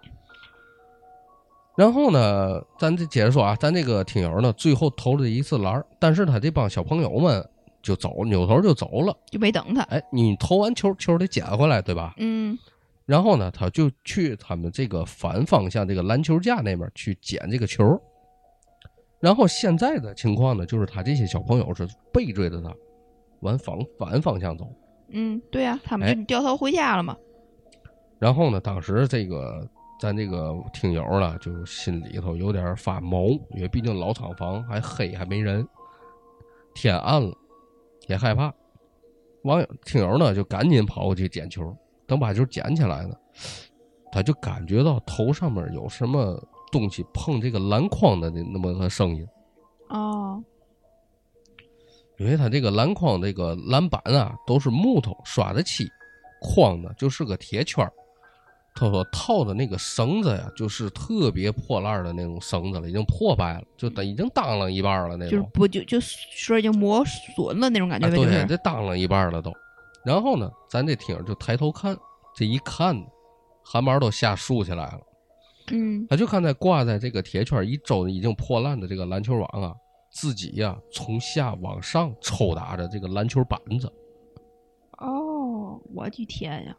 然后呢，咱这接着说啊，咱这个听友呢，最后投了一次篮儿，但是他这帮小朋友们就走，扭头就走了。
就没等他，
哎，你投完球，球得捡回来，对吧？
嗯
然后呢，他就去他们这个反方向这个篮球架那边去捡这个球。然后现在的情况呢，就是他这些小朋友是背追着他，往反反方向走。
嗯，对呀、他
哎
们就掉头回家了嘛，
然后呢，当时这个咱这个听友呢，就心里头有点发毛，因为毕竟老厂房还黑还没人，天暗了也害怕。网友听友呢就赶紧跑过去捡球，等把球捡起来呢，他就感觉到头上面有什么东西碰这个篮筐的那那么个声音，
哦，
因为他这个篮筐这个篮板啊都是木头刷的漆，框呢就是个铁圈儿。他说套的那个绳子呀，就是特别破烂儿的那种绳子了，已经破败了，就等已经当啷一半儿了那
就是
种。
不就就说已经磨损了那种感觉
啊，
呗，就
对，
是，
这当啷一半儿了都。然后呢，咱这听友就抬头看，这一看，汗毛都吓竖起来了。
嗯，
他就看在挂在这个铁圈一周的已经破烂的这个篮球网啊，自己呀、从下往上抽打着这个篮球板子。
哦，我的天呀，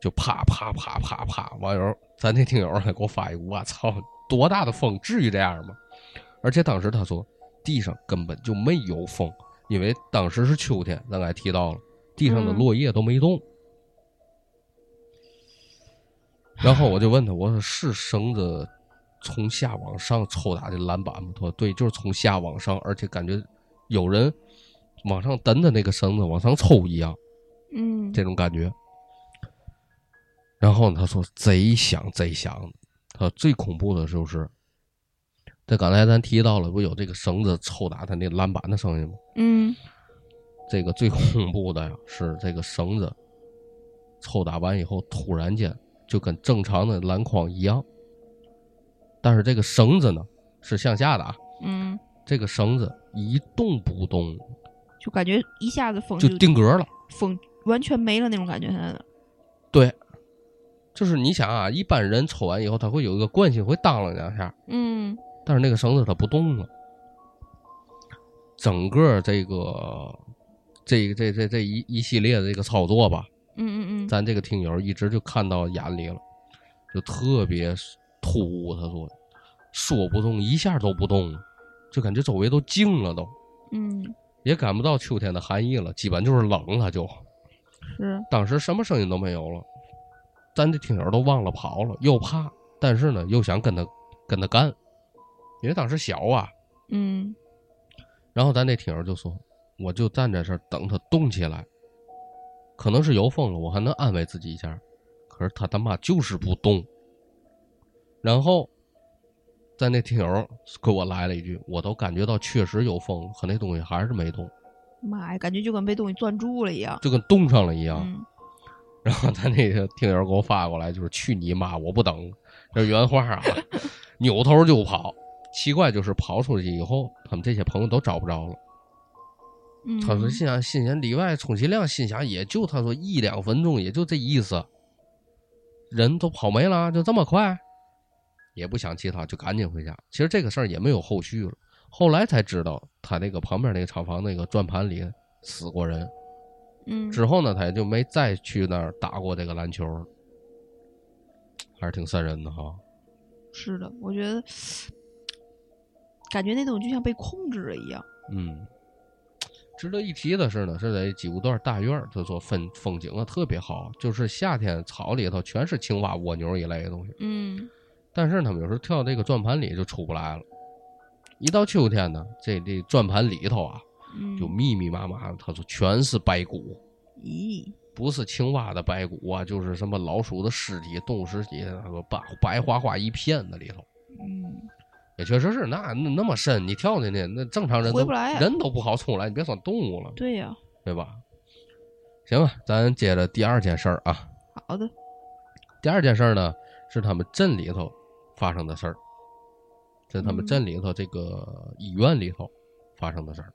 就啪啪啪啪啪，网友咱那听友还给我发一个，我操，多大的风，至于这样吗？而且当时他说地上根本就没有风，因为当时是秋天，咱刚才提到了，地上的
嗯
落叶都没动。然后我就问他，我说是绳子从下往上抽打的篮板吗？他说对，就是从下往上，而且感觉有人往上蹬的那个绳子往上抽一样。
嗯，
这种感觉。然后呢，他说贼响贼响的，他说最恐怖的就是，这刚才咱提到了，不有这个绳子抽打他那篮板的声音吗？
嗯，
这个最恐怖的呀，是这个绳子抽打完以后，突然间就跟正常的篮筐一样，但是这个绳子呢是向下的啊，
嗯，
这个绳子一动不动，
就感觉一下子风
就定格了。
风完全没了那种感觉，现在的，
对，就是你想啊，一般人抽完以后，他会有一个惯性，会当啷两下，
嗯，
但是那个绳子它不动了。整个这个这个这这这一一系列的这个操作吧，
嗯嗯嗯，
咱这个听友一直就看到眼里了，就特别突兀。他说说不动，一下都不动了，就感觉周围都静了都，
嗯
也感不到秋天的寒意了，基本就是冷了就。
是，
当时什么声音都没有了，咱这听友都忘了跑了，又怕，但是呢又想跟他跟他干，因为当时小啊。
嗯
然后咱那听友就说：“我就站在这儿等他动起来，可能是有风了，我还能安慰自己一下。可是他他妈就是不动。”然后，咱那听友给我来了一句：“我都感觉到确实有风，可那东西还是没动，
妈呀，感觉就跟被东西攥住了一样。
就跟冻上了一样。
嗯，
然后他那个听友给我发过来，就是去你妈，我不等，这是原话啊，扭头就跑。奇怪，就是跑出去以后，他们这些朋友都找不着了。
嗯
他说心想，心想里外充其量心想也就他说一两分钟，也就这意思。人都跑没了，就这么快，也不想其他，就赶紧回家。其实这个事儿也没有后续了，后来才知道他那个旁边那个厂房那个转盘里死过人。
嗯
之后呢，他也就没再去那儿打过这个篮球了，还是挺瘆人的哈。
是的，我觉得感觉那种就像被控制了一样。
嗯，值得一提的是呢，是在几乎段大院儿，他说风风景啊特别好，就是夏天草里头全是青蛙、蜗牛一类的东西，
嗯
但是他们有时候跳这个转盘里就出不来了。一到秋天呢，这这转盘里头啊，
嗯，
就密密麻麻的，他说全是白骨，
咦，
不是青蛙的白骨啊，就是什么老鼠的尸体、动物尸体，那个白白花花一片那里头。
嗯
也确实是，那那那么深，你跳进去，那正常人都
回不来呀啊
人都不好出来，你别说动物了，
对呀、
对吧？行吧，咱接着第二件事儿啊。
好的，
第二件事儿呢，是他们镇里头发生的事儿，在他们
嗯
镇里头这个医院里头发生的事儿。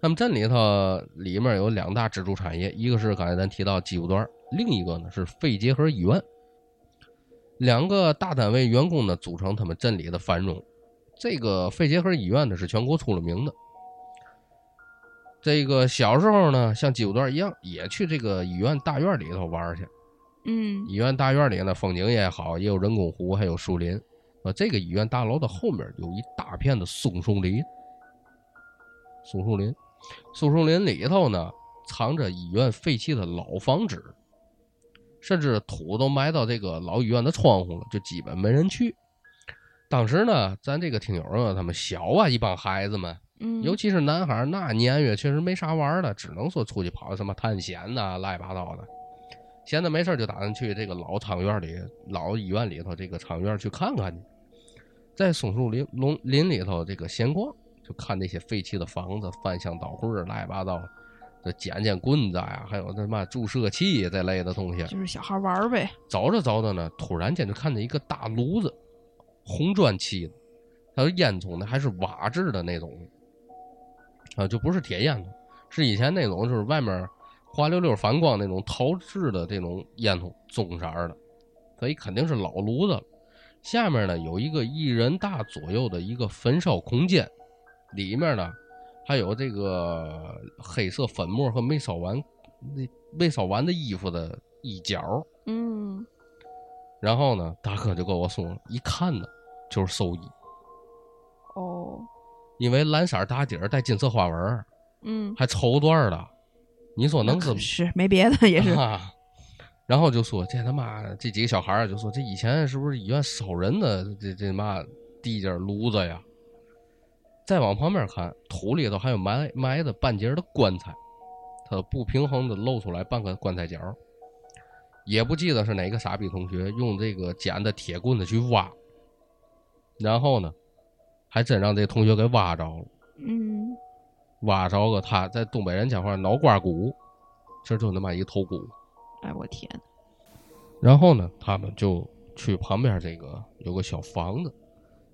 他们镇里头里面有两大支柱产业，一个是刚才咱提到机务段儿，另一个呢是肺结核医院。两个大单位员工呢，组成他们镇里的繁荣。这个肺结核医院呢，是全国出了名的。这个小时候呢，像机务段儿一样，也去这个医院大院里头玩儿去。
嗯
医院大院里呢，风景也好，也有人工湖，还有树林。呃，这个医院大楼的后面有一大片的松树林，松树林，松树林里头呢藏着医院废弃的老房址，甚至土都埋到这个老医院的窗户了，就基本没人去。当时呢，咱这个听友啊，他们小啊，一帮孩子们，
嗯，
尤其是男孩儿，那年月确实没啥玩儿的，只能说出去跑什么探险呐、乱七八糟的。闲的没事儿就打算去这个老厂院里、老医院里头这个厂院去看看去，在松树林农林里头这个闲逛，就看那些废弃的房子、翻箱倒柜儿、乱七八糟的，这捡捡棍子呀，还有他妈注射器这类的东西。
就是小孩玩儿呗。
走着走着呢，突然间就看见一个大炉子，红砖砌的，它是烟囱的，还是瓦制的那种，啊，就不是铁烟囱，是以前那种就是外面花溜溜反光那种陶制的这种烟囱，棕色儿的，所以肯定是老炉子了。下面呢有一个一人大左右的一个焚烧空间，里面呢还有这个黑色粉末和没烧完那没烧完的衣服的一角儿。
嗯
然后呢，大哥就给我送了，一看呢就是兽医，
哦
因为蓝色打底儿带金色花纹儿，
嗯，
还绸缎儿的，你说能是
可是没别的也是。
啊？然后就说这他妈这几个小孩儿就说这以前是不是医院烧人的这这嘛地界儿炉子呀？再往旁边看，土里头还有埋埋的半截儿的棺材，它不平衡的露出来半个棺材角儿，也不记得是哪个傻逼同学用这个捡的铁棍子去挖，然后呢，还真让这同学给挖着了。
嗯
挖着个他，在东北人讲话脑瓜骨，其实就那么一头骨。
哎，我天，
然后呢，他们就去旁边这个有个小房子，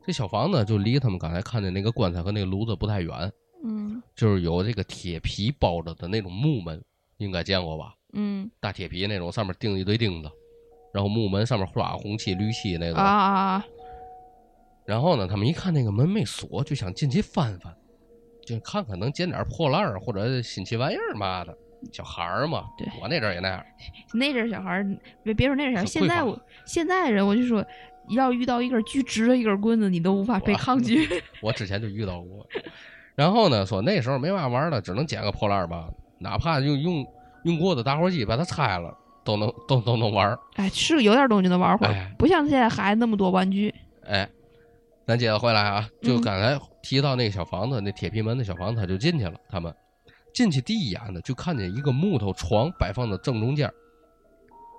这小房子就离他们刚才看见那个棺材和那个炉子不太远，
嗯
就是有这个铁皮包着的那种木门，应该见过吧？
嗯
大铁皮那种，上面钉一堆钉子，然后木门上面画红漆、绿漆那种。
啊啊啊，
然后呢，他们一看那个门没锁，就想进去翻翻，就看看能捡点破烂儿或者新奇玩意儿嘛的。小孩儿嘛，
对
我那阵儿也那样，
那阵儿小孩儿，别别说那阵
很
儿小孩儿，现
匮
在
乏
我现在人，我就说，要遇到一根巨直的一根棍子，你都无法被
哇
抗拒。
我之前就遇到过。然后呢，说那时候没嘛玩儿了，只能捡个破烂儿吧，哪怕用用用过的打火机把它拆了，都能都都能玩儿。
哎，是有点东西能玩会儿，
哎
不像现在孩子那么多玩具。
哎，咱接着回来啊，就
嗯
刚才提到那个小房子，那铁皮门的小房子，他就进去了。他们进去第一眼呢，就看见一个木头床摆放在正中间儿，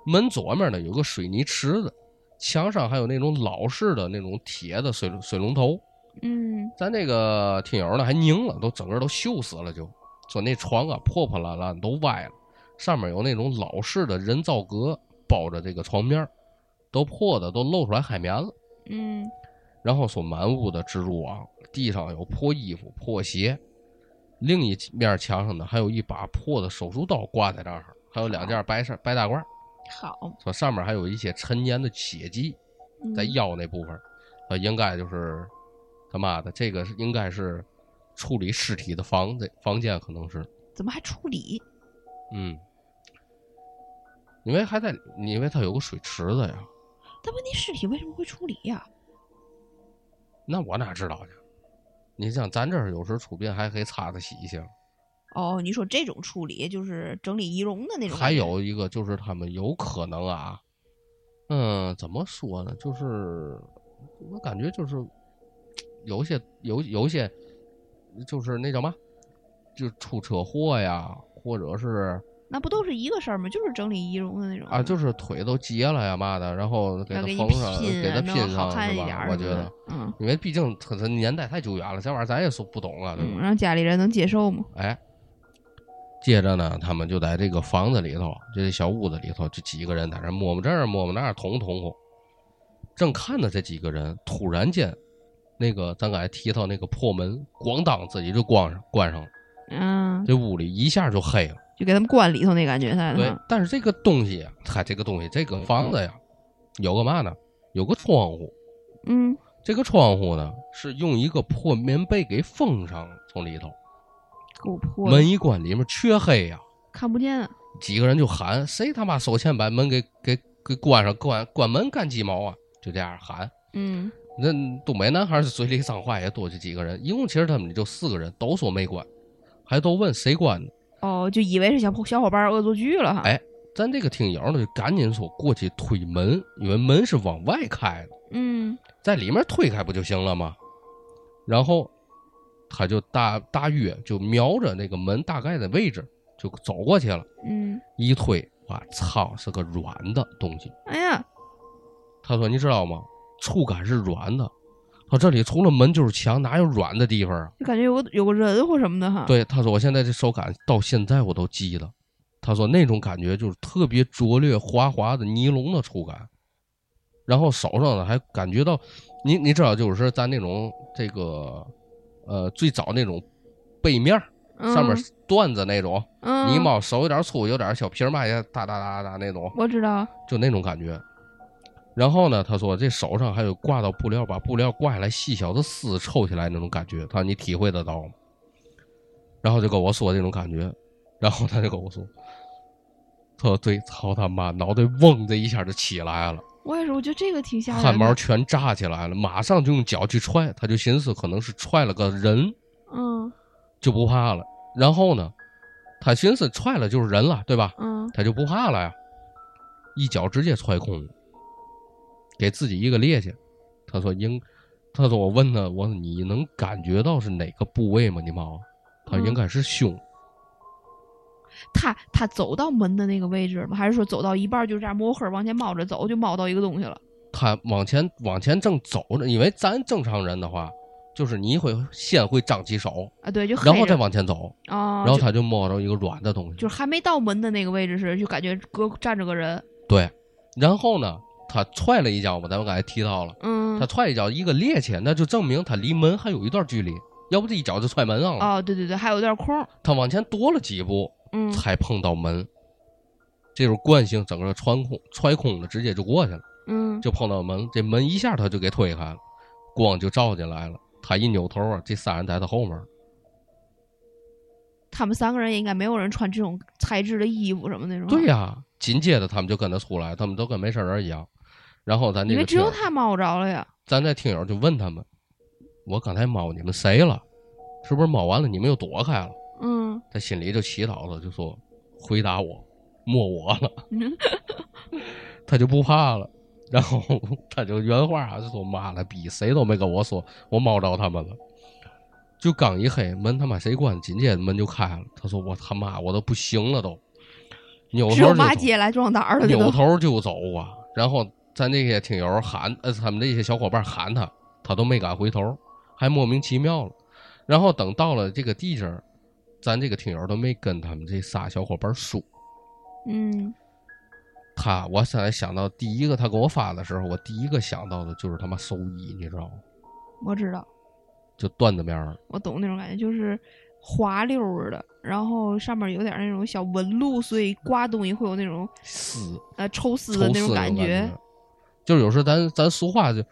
门左面呢有个水泥池子，墙上还有那种老式的那种铁的水水龙头。
嗯，
咱这个听友呢还拧了，都整个都锈死了就，说那床啊破破烂烂都歪了，上面有那种老式的人造革包着这个床面儿，都破的都露出来海绵了。
嗯，
然后所满屋的蜘蛛网，地上有破衣服、破鞋，另一面墙上呢还有一把破的手术刀挂在这儿，还有两件白衫白大褂，
好，
说上面还有一些陈年的血迹
嗯
在腰那部分，啊，应该就是他妈的这个是应该是处理尸体的房子房间，可能是
怎么还处理？
嗯，因为还在因为它有个水池子呀，
但问题尸体为什么会处理呀、
那我哪知道去？你想咱这儿有时候出殡还可以擦擦洗一下。
哦，你说这种处理就是整理仪容的那种感觉，
还有一个就是他们有可能啊，嗯，怎么说呢？就是我感觉就是有些有有些就是那叫嘛，就出车祸呀，或者是
那不都是一个事儿吗？就是整理仪容的那种
啊，就是腿都截了呀嘛的，然后给
要
他
给你
缝
拼
上，
啊，
给他
弄
拼
好
上
看
是
一点
吧？
儿
我
什
觉
么的
得，，
嗯
因为毕竟他他年代太久远了，这玩意儿咱也说不懂了，对吧？
嗯，让家里人能接受吗？
哎，接着呢，他们就在这个房子里头，就这小屋子里头，这几个人在这摸摸这儿摸摸那儿，捅捅呼。正看着这几个人，突然间，那个咱刚才提到那个破门，咣当自己就关上关上了，
嗯，
这屋里一下就黑了。
就给他们关里头那感觉嗯才
对
能，，
但是这个东西呀，它这个东西，这个房子呀，有个嘛呢？有个窗户，
嗯，
这个窗户呢是用一个破棉被给封上了，从里头
够破的，
门一关，里面黢黑呀、
看不见啊，
几个人就喊：“谁他妈手欠把门给给给关上，关关门干鸡毛啊！”就这样喊。
嗯，
那东北男孩是嘴里脏话也多，就几个人，一共其实他们也就四个人，都说没关，还都问谁关的。
哦，就以为是小伙小伙伴恶作剧了哈，
哎咱这个听友呢，就赶紧说过去推门，因为门是往外开的，
嗯，
在里面推开不就行了吗？然后他就大大约就瞄着那个门大概的位置就走过去了，
嗯，
一推，我操，是个软的东西。
哎呀，
他说：“你知道吗？触感是软的。他这里除了门就是墙，哪有软的地方啊
就感觉有个有个人或什么的哈？”，
对，他说：“我现在这手感到现在我都记得。”他说：“那种感觉就是特别拙劣、滑滑的尼龙的触感，然后手上呢还感觉到，你你知道，就是咱那种这个，呃，最早那种背面儿上面缎子那种，
嗯，
泥猫手有点粗，有点小皮儿嘛，也哒哒哒哒那种。
我知道，
就那种感觉。然后呢，他说这手上还有挂到布料，把布料挂下来，细小的丝抽起来那种感觉，他说你体会得到吗？然后就跟我说这种感觉，然后他就跟我说，他说对，操他妈，脑袋嗡的一下就起来了，
我也是，我觉得这个挺吓人的，
汗毛全炸起来了，马上就用脚去踹，他就寻思可能是踹了个人，
嗯
就不怕了。然后呢，他寻思踹了就是人了，对吧？
嗯，
他就不怕了呀，一脚直接踹空了，给自己一个趔趄。他说应，他说我问他，我说你能感觉到是哪个部位吗？你妈，他说
嗯
应该是胸，
他他走到门的那个位置吗？还是说走到一半儿就这样摸黑儿往前猫着走，就猫到一个东西了？
他往前往前正走着，因为咱正常人的话，就是你会先会张起手，
啊，对，就黑
然后再
着
往前走，
啊，
然后
就
他就摸着一个软的东西，
就是还没到门的那个位置时，就感觉搁站着个人，
对，然后呢，他踹了一脚嘛，咱们刚才提到了。
嗯
他，踹一脚一个趔趄，那就证明他离门还有一段距离，要不这一脚就踹门上了。
哦，对对对，还有段空儿，
他往前踱了几步，
嗯，
才碰到门。这种惯性整个穿空揣空了，直接就过去了，
嗯，
就碰到门。这门一下他就给推开了，光就照进来了。他一扭头啊，这仨人在他后面，
他们三个人也应该没有人穿这种材质的衣服什么那种。
对、呀、紧接着他们就跟他出来，他们都跟没事人一样。然后咱这
因
个
为只
听友
有他猫着了呀。
咱这听友就问他们：“我刚才猫你们谁了？是不是猫完了你们又躲开了
嗯，？”
他心里就祈祷了，就说：“回答我，莫我 了。”他就不怕了。然后他就原话啊就说：“妈了逼，谁都没跟我说，我猫着他们了。”就刚一黑门，他妈谁关？紧接着门就开了。他说：“我他妈，我都不行了都，扭头
只
就
有
走
骂街来壮胆儿的这
扭
都。
头就走啊。然后咱那些听友喊，呃，他们那些小伙伴喊他，他都没敢回头，还莫名其妙了。然后等到了这个地界儿，咱这个听友都没跟他们这仨小伙伴说。
嗯
他，我现在想到第一个他给我发的时候，我第一个想到的就是他妈兽医，你知道吗？
我知道，
就段子面儿，
我懂那种感觉，就是滑溜儿的，然后上面有点那种小纹路，所以刮东西会有那种
丝
呃抽丝
抽
的
丝
那种
感
觉。。
就是有时候咱咱俗话就，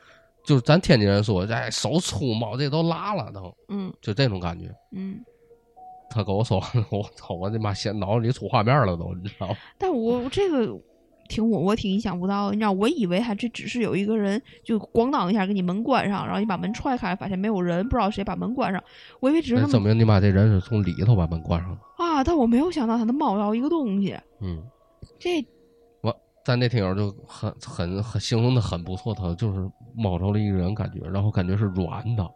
就是咱天津人说，哎，手粗毛这都拉了都，
嗯
就这种感觉。
嗯，
他跟我说 完了，我操，我这妈现脑子里出画面了都，你知道吗？
但我我这个挺我我挺意想不到的，你知道，我以为还这只是有一个人就咣当一下给你门关上，然后你把门踹开，发现没有人，不知道谁把门关上，我以为只是
那
那
证
么
明你妈这人是从里头把门关上的。
啊，但我没有想到他能冒到一个东西，
嗯，
这
咱那听友就很很很形容的很不错，他就是猫着了一个人感觉，然后感觉是软的，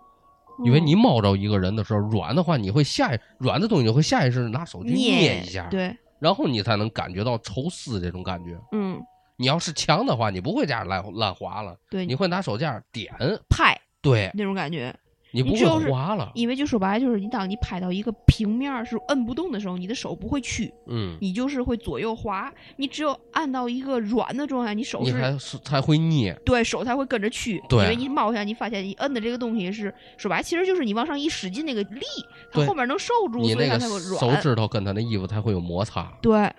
因为
嗯
你猫着一个人的时候，软的话你会下意软的东西你会下意识拿手去捏
捏
一下，
对，
然后你才能感觉到抽丝这种感觉。
嗯
你要是强的话，你不会这样烂烂滑了，
对，
你会拿手这样点，
派
对
那种感觉。
你不
你只有
会
是
滑了。
因为就说白了，就是你当你拍到一个平面儿是摁不动的时候，你的手不会屈，
嗯，
你就是会左右滑。你只有按到一个软的状态，你手
你
是
还是才会捏，
对手才会跟着屈。
对
因为你冒下，你发现你摁的这个东西是说白了，其实就是你往上一使劲那个力，它
对
后面能受住，
你
所以
那个
它才会
手
软。
指头跟他那衣服才会有摩擦，
对，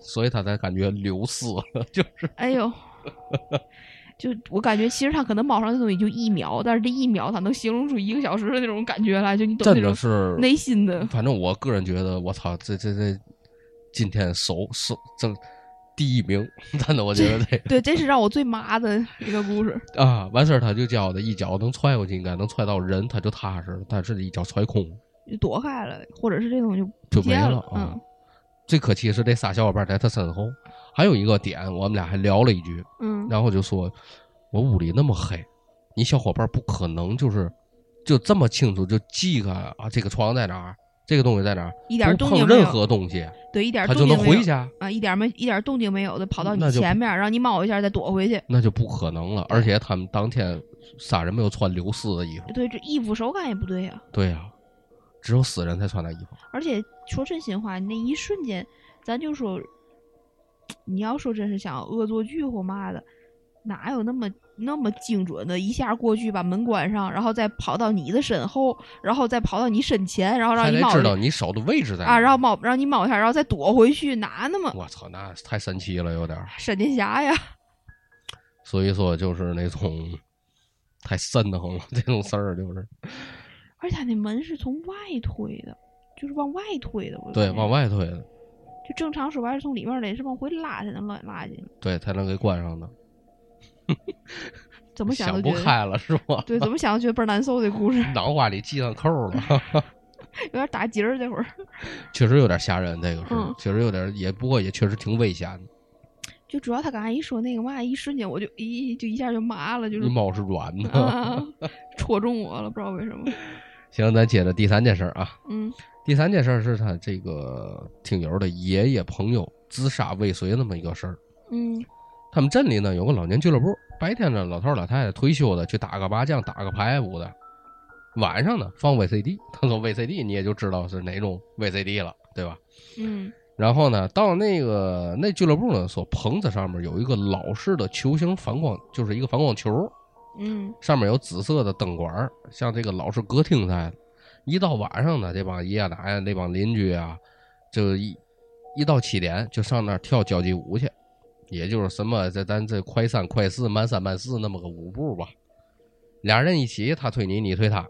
所以他才感觉流丝了，就是
哎呦。就我感觉，其实它可能冒上的东西就一秒，但是这一秒它能形容出一个小时的那种感觉来，就你懂
真
那种
的是
内心的，
反正我个人觉得，我操，这这这，今天首首这第一名，真的，我觉得 这
对，这是让我最麻的一个故事。
个啊，完事儿他就教他一脚能踹过去，应该能踹到人，他就踏实了，但是一脚踹空
就躲开了，或者是这种就
就
不
没
见
了
了。
啊。
嗯
最可气是这仨小伙伴在他身后，还有一个点，我们俩还聊了一句，
嗯
然后就说：“我屋里那么黑，你小伙伴不可能就是就这么清楚就记个啊，这个床在哪儿，这个东西在哪儿，
一点
不
动
碰
静没
任
有，
何东西，
对，一点
他
动
就
静
能
没
回
有
家，
啊，一点没一点动静没有的，跑到
那
你
就
前面，让你冒一下再躲回去。
那就不可能了。而且他们当天仨人没有穿流丝的衣服，
对，这衣服手感也不对啊呀、
对呀、只有死人才穿那衣服。
而且说真心话，那一瞬间，咱就说，你要说真是想恶作剧或嘛的，哪有那么那么精准的一下过去把门关上，然后再跑到你的身后，然后再跑到你身前，然后
还
让你
得
冒
知
一
道你手的位置在哪
啊，
儿
然后冒让你冒一下，然后再躲回去，哪那么
我操，那太神奇了，有点儿。
闪电侠呀？
所以说就是那种太瘆得慌了， 这种事儿就是
而且它那门是从外推的，就是往外推的。我
对往
外
外推的，
就正常说白了，从里面得是往回拉才能拉拉进来。
对才能给关上的。
怎么
想
都
不
觉得
开了是吧？
对，怎么想都觉得倍儿难受。这故事
脑瓜里系上扣了，
有点打结儿，这会儿
确实有点吓人。这个是，
嗯
确实有点，也不过也确实挺危险的。
就主要他刚才一说那个嘛，一瞬间我就咦，就一下就麻了，就是
你猫是软的。
啊，戳中我了，不知道为什么。
行，咱接着第三件事儿啊。
嗯
第三件事儿是他这个听友的爷爷朋友自杀未遂那么一个事儿。
嗯
他们镇里呢有个老年俱乐部，白天呢老头儿老太太退休的去打个麻将、打个牌舞的，晚上呢放 VCD。他说 VCD 你也就知道是哪种 VCD 了，对吧？
嗯
然后呢，到那个那俱乐部呢，所棚子上面有一个老式的球形反光，就是一个反光球，
嗯
上面有紫色的灯管儿，像这个老式歌厅似的。一到晚上呢，这帮爷爷奶奶、这帮邻居啊，就一一到七点就上那儿跳交际舞去，也就是什么这咱这快三快四、慢三慢四那么个舞步吧。俩人一起，他推你，你推他，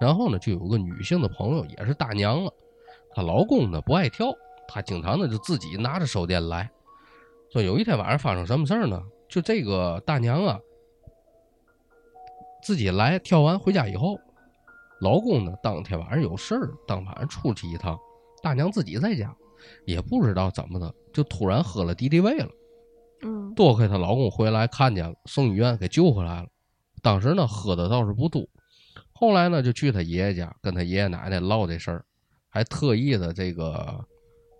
然后呢，就有个女性的朋友也是大娘了，她老公呢不爱挑，她经常呢就自己拿着手电来。说有一天晚上发生什么事儿呢？就这个大娘啊，自己来挑完回家以后，老公呢当天晚上有事儿，当晚上出去一趟，大娘自己在家，也不知道怎么的，就突然喝了敌敌畏了。
嗯
多亏她老公回来看见了，送医院给救回来了。当时呢，喝的倒是不多，后来呢，就去她爷爷家跟她爷爷奶奶唠这事儿，还特意的这个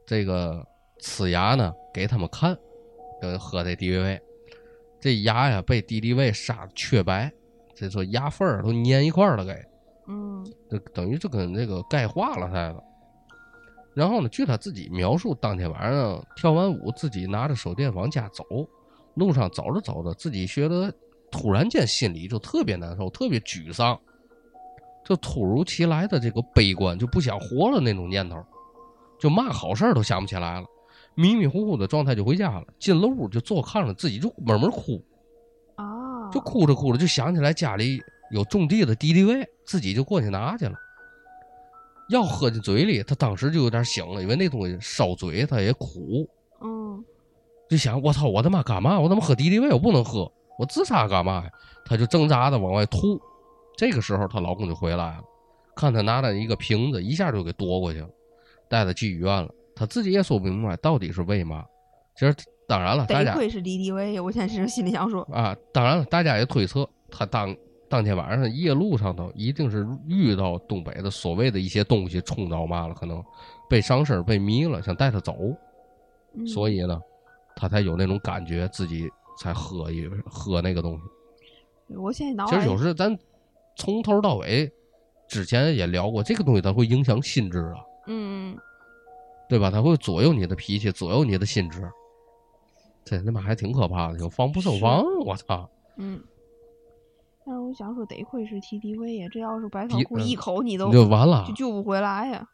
这个呲牙呢给他们看，呃，喝这敌敌畏，这牙呀被敌敌畏杀得雀白，这说牙缝儿都粘一块儿了给。
嗯
就等于就跟那个钙化了似的。然后呢，据他自己描述，当天晚上跳完舞，自己拿着手电往家走，路上走着走着，自己觉得突然间心里就特别难受，特别沮丧，就突如其来的这个悲观，就不想活了那种念头，就嘛好事儿都想不起来了，迷迷糊糊的状态就回家了。进了屋就坐炕上，自己就闷闷哭，
啊，
就哭着哭着就想起来家里有种地的敌敌畏，自己就过去拿去了。要喝进嘴里，他当时就有点醒了，因为那东西烧嘴，他也苦，
嗯
就想我操，我他妈干嘛？我他妈喝敌敌畏，我不能喝，我自杀干嘛呀？他就挣扎的往外吐。这个时候，她老公就回来了，看她拿着一个瓶子，一下就给夺过去了，带她去医院了。她自己也说不明白到底是为嘛。其实当然了，大
得
家
亏是敌敌畏，我现在是心里想说，
啊，当然了，大家也推测他当当天晚上夜路上头一定是遇到东北的所谓的一些东西冲到嘛了，可能被伤身儿被迷了，想带他走，
嗯
所以呢，他才有那种感觉，自己才喝一喝那个东西。
我现在脑
其
海
实有
里
时咱从头到尾之前也聊过，这个东西它会影响心智啊，
嗯，
对吧？它会左右你的脾气，左右你的心智。这他妈还挺可怕的，有防不胜
是
防，我操！
嗯，但是我想说，得亏是 T D V 呀，这要是白
敌
草裤
嗯
一口你都
你就完了
就，救不回来呀。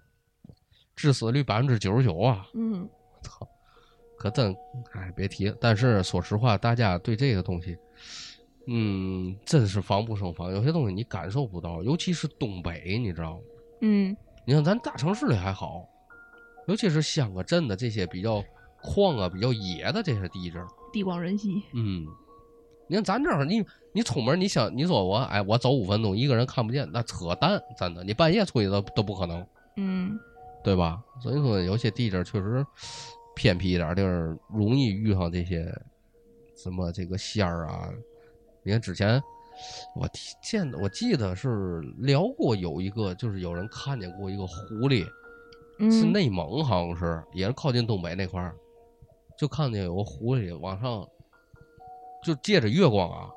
致死率百分之九十九啊！
嗯，
操，可真哎，别提了。但是说实话，大家对这个东西，嗯，真是防不胜防。有些东西你感受不到，尤其是东北，你知道吗？
嗯
你看咱大城市里还好，尤其是乡个镇的这些比较旷啊、比较野的这些地界儿，
地广人稀，
嗯，你看咱这儿，你你出门，你想你说我哎，我走五分钟，一个人看不见，那扯淡，真的，你半夜出去都都不可能。
嗯
对吧？所以说有些地界儿确实偏僻一点儿地儿，容易遇上这些什么这个仙儿啊。你看之前我提见的，我记得是聊过有一个，就是有人看见过一个狐狸，是
嗯，
内蒙好像是，也是靠近东北那块儿，就看见有个狐狸往上，就借着月光啊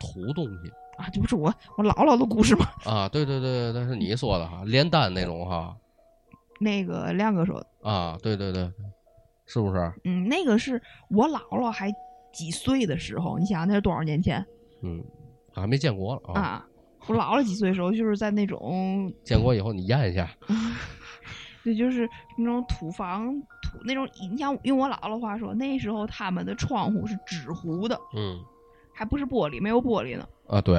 吐东西。
啊，这不是我我姥姥的故事吗？
啊，对对对，那是你说的哈，炼丹那种哈，
那个亮哥说的，
啊，对对对，是不是？
嗯，那个是我姥姥还几岁的时候，你想啊那是多少年前
嗯，还没见过了啊，
啊？我姥姥几岁的时候，就是在那种
见过以后你验一下。
对，就是那种土房土那种，你像用我姥姥话说，那时候他们的窗户是纸糊的，
嗯，
还不是玻璃，没有玻璃呢。
啊，对，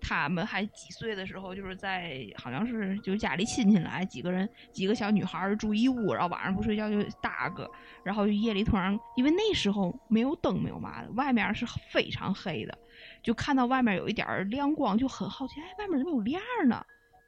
他们还几岁的时候，就是在好像是就是家里亲戚来，几个人几个小女孩儿住一屋，然后晚上不睡觉就打个，然后就夜里突然，因为那时候没有灯没有嘛的，外面是非常黑的，就看到外面有一点儿亮光，就很好奇，哎，外面怎么有亮儿呢？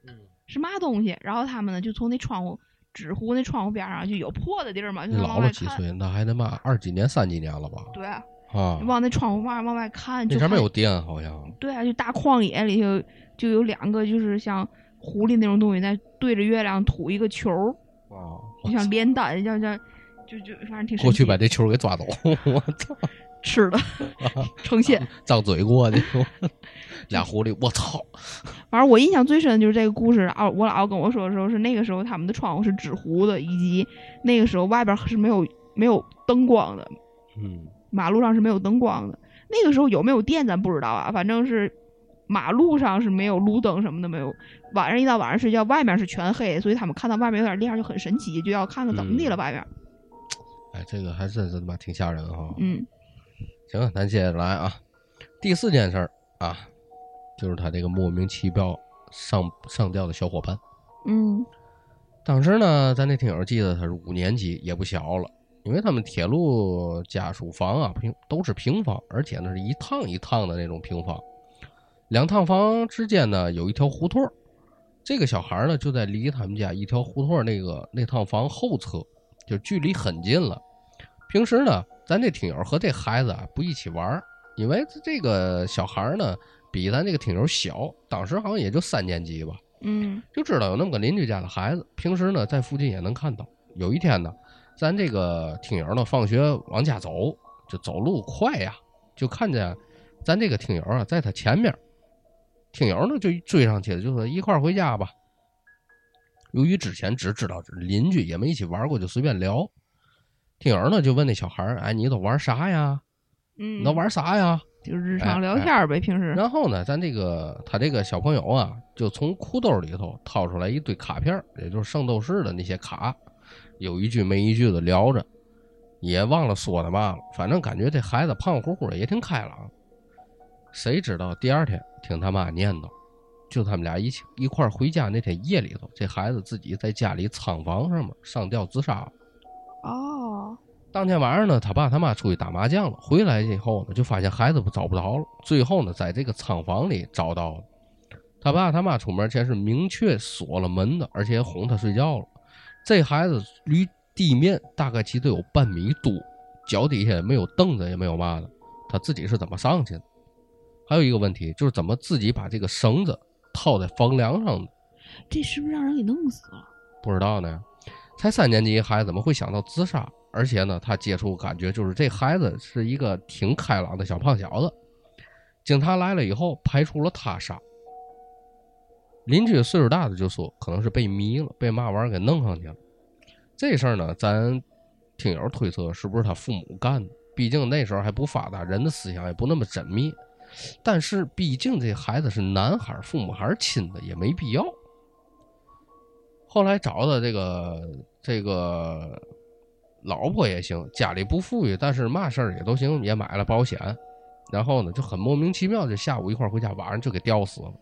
嗯，
是嘛东西？然后他们呢就从那窗户纸糊那窗户边上就有破的地儿嘛，就
你
往
姥
外
姥几
看。
岁？那还他妈二几年、三几年了吧？
对，
啊，
往那窗户外往外看，
那
就
上面
看
有电，好像。
对啊，就大旷野里就就有两个就是像狐狸那种东西在对着月亮吐一个球儿，
啊，
就像炼丹，像像就就反正挺神
过去
奇
把这球给抓走， 我操，
吃的呈现。
张嘴过去， 俩狐狸，我操，
反正我印象最深的就是这个故事，啊，我姥姥跟我说的时候是那个时候他们的窗户是纸糊的，以及那个时候外边是没有没有灯光的，
嗯，
马路上是没有灯光的。那个时候有没有电咱不知道啊，反正是马路上是没有路灯什么的没有。晚上一到晚上睡觉，外面是全黑，所以他们看到外面有点亮就很神奇，就要看看怎么地了
嗯
外面。
哎，这个还真是他妈挺吓人哈。
嗯
行，咱接着来啊，第四件事儿啊，就是他这个莫名其妙上上吊的小伙伴。
嗯
当时呢，咱那听友记得他是五年级，也不小了，因为他们铁路家属房啊平都是平房，而且呢是一趟一趟的那种平房，两趟房之间呢有一条胡同儿，这个小孩儿呢就在离他们家一条胡同儿那个那趟房后侧，就距离很近了。平时呢，咱这听友和这孩子啊不一起玩儿，因为这个小孩儿呢比咱这个听友小，当时好像也就三年级吧。
嗯
就知道有那么个邻居家的孩子，平时呢在附近也能看到。有一天呢，咱这个听友呢放学往家走，就走路快呀，就看见咱这个听友啊在他前面，听友呢就追上去了，就说一块儿回家吧。由于之前只知道邻居也没一起玩过，就随便聊。听友呢就问那小孩儿：“哎，你都玩啥呀？
嗯
你都玩啥呀？”
就是日
哎
常聊
哎
天儿呗，平时
然后呢，咱这个他这个小朋友啊，就从裤兜里头掏出来一堆卡片儿，也就是圣斗士的那些卡，有一句没一句的聊着，也忘了说他嘛了。反正感觉这孩子胖乎乎的，也挺开朗。谁知道第二天听他妈念叨，就他们俩一起一块儿回家那天夜里头，这孩子自己在家里仓房上面上吊自杀了。
哦，
当天晚上呢，他爸他妈出去打麻将了，回来以后呢，就发现孩子不找不着了。最后呢，在这个仓房里找到了。他爸他妈出门前是明确锁了门的，而且哄他睡觉了。这孩子离地面大概其实有半米多，脚底下也没有凳子，也没有嘛的。他自己是怎么上去的？还有一个问题就是怎么自己把这个绳子套在房梁上的？
这是不是让人给弄死了？
不知道呢。才三年级孩子怎么会想到自杀？而且呢，他接触感觉就是这孩子是一个挺开朗的小胖小子。警察来了以后，排除了他杀。邻居岁数大的就说，可能是被迷了，被嘛玩意儿给弄上去了。这事儿呢，咱听友推测是不是他父母干的？毕竟那时候还不发达，人的思想也不那么缜密。但是毕竟这孩子是男孩儿，父母还是亲的，也没必要。后来找的这个这个老婆也行，家里不富裕，但是嘛事儿也都行，也买了保险。然后呢，就很莫名其妙，就下午一块儿回家，晚上就给吊死了。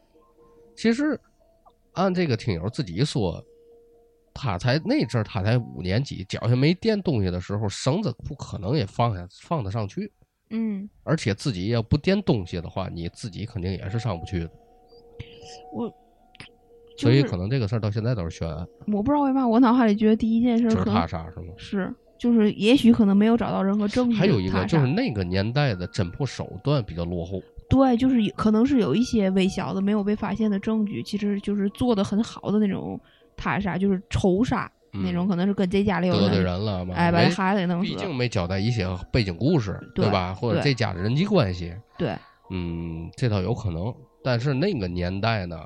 其实按这个听友自己说，他才那阵儿他才五年级，脚下没垫东西的时候，绳子不可能也放下放得上去，
嗯，
而且自己要不垫东西的话，你自己肯定也是上不去的。
我
所以
就是
可能这个事儿到现在都是悬案，
我不知道为嘛，我脑海里觉得第一件事
就
儿
是
可
他
能
杀是吗？
是就是也许可能没有找到任何证据，
还有一个
嗯他
就是
杀
那个年代的侦破手段比较落后，
对，就是有可能是有一些微小的没有被发现的证据，其实就是做的很好的那种他杀，就是仇杀、那种，可能是跟这家里有
嗯得罪
人，
人了嘛，
哎，把这
没
孩子给弄死
毕竟没交代一些背景故事，
对
吧？或者
对
这家的人际关系，
对，
嗯，这倒有可能。但是那个年代呢，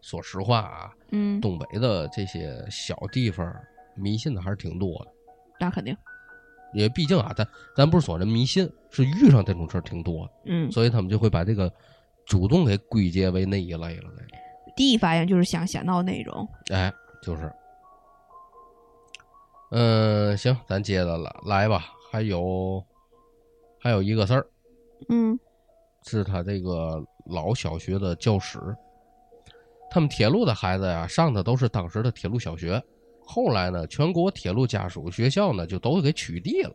说实话啊，
嗯，
东北的这些小地方迷信的还是挺多的，
那肯定，
因为毕竟啊，咱咱不是说这迷信，是遇上这种事儿挺多的，
嗯，
所以他们就会把这个主动给归结为那一类了。
第一反应就是想想到那种，
哎，就是。嗯，行，咱接着了，来吧。还有，还有一个事儿
嗯
是他这个老小学的教室，他们铁路的孩子呀、上的都是当时的铁路小学。后来呢，全国铁路家属学校呢就都给取缔了。